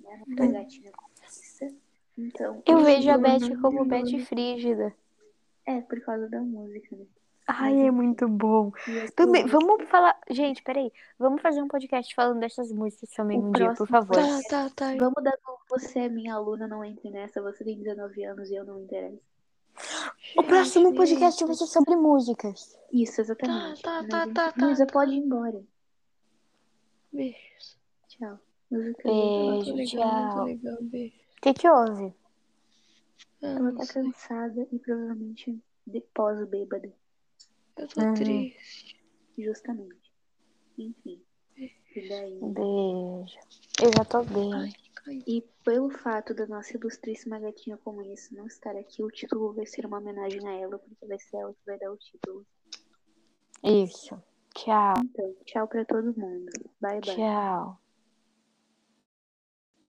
[SPEAKER 3] né?
[SPEAKER 1] Uhum.
[SPEAKER 3] Nossa gatinha conquista. Então,
[SPEAKER 2] Eu
[SPEAKER 3] hoje-
[SPEAKER 2] vejo a Beth como Beth Frígida.
[SPEAKER 3] É, por causa da música, né?
[SPEAKER 2] Ai, é muito bom.
[SPEAKER 3] E eu tô-
[SPEAKER 2] Também, vamos falar. Gente, peraí. Vamos fazer um podcast falando dessas músicas também
[SPEAKER 3] O
[SPEAKER 2] um dia, por favor.
[SPEAKER 3] próximo
[SPEAKER 1] Tá, tá, tá.
[SPEAKER 3] Vamos dar como você é minha aluna, não entre nessa, você tem 19 anos e eu não interessa.
[SPEAKER 2] O próximo
[SPEAKER 1] Gente,
[SPEAKER 2] podcast vai ser sobre músicas.
[SPEAKER 3] Isso, exatamente.
[SPEAKER 1] Tá, tá,
[SPEAKER 3] Mas
[SPEAKER 1] tá,
[SPEAKER 3] enfim,
[SPEAKER 1] tá, tá,
[SPEAKER 3] Luísa,
[SPEAKER 1] tá.
[SPEAKER 3] pode ir embora.
[SPEAKER 1] Beijos.
[SPEAKER 3] Tchau. Luísa, tá
[SPEAKER 1] Não
[SPEAKER 2] Beijo,
[SPEAKER 1] tô legal, não tô
[SPEAKER 2] tchau. O
[SPEAKER 1] legal, beijo.
[SPEAKER 2] que que houve?
[SPEAKER 1] Ah,
[SPEAKER 3] Ela
[SPEAKER 1] não
[SPEAKER 3] tá
[SPEAKER 1] sei.
[SPEAKER 3] cansada e provavelmente de pós-bêbada,
[SPEAKER 1] Eu tô
[SPEAKER 2] Uhum.
[SPEAKER 1] triste.
[SPEAKER 3] justamente. Enfim. E daí?
[SPEAKER 2] Beijo. Eu já tô bem.
[SPEAKER 1] Ai, caiu.
[SPEAKER 3] E pelo fato da nossa ilustríssima gatinha comunista não estar aqui, o título vai ser uma homenagem a ela, porque vai ser ela que vai dar o título.
[SPEAKER 2] Isso. Tchau,
[SPEAKER 3] Então, tchau pra todo mundo. Bye, bye.
[SPEAKER 2] tchau.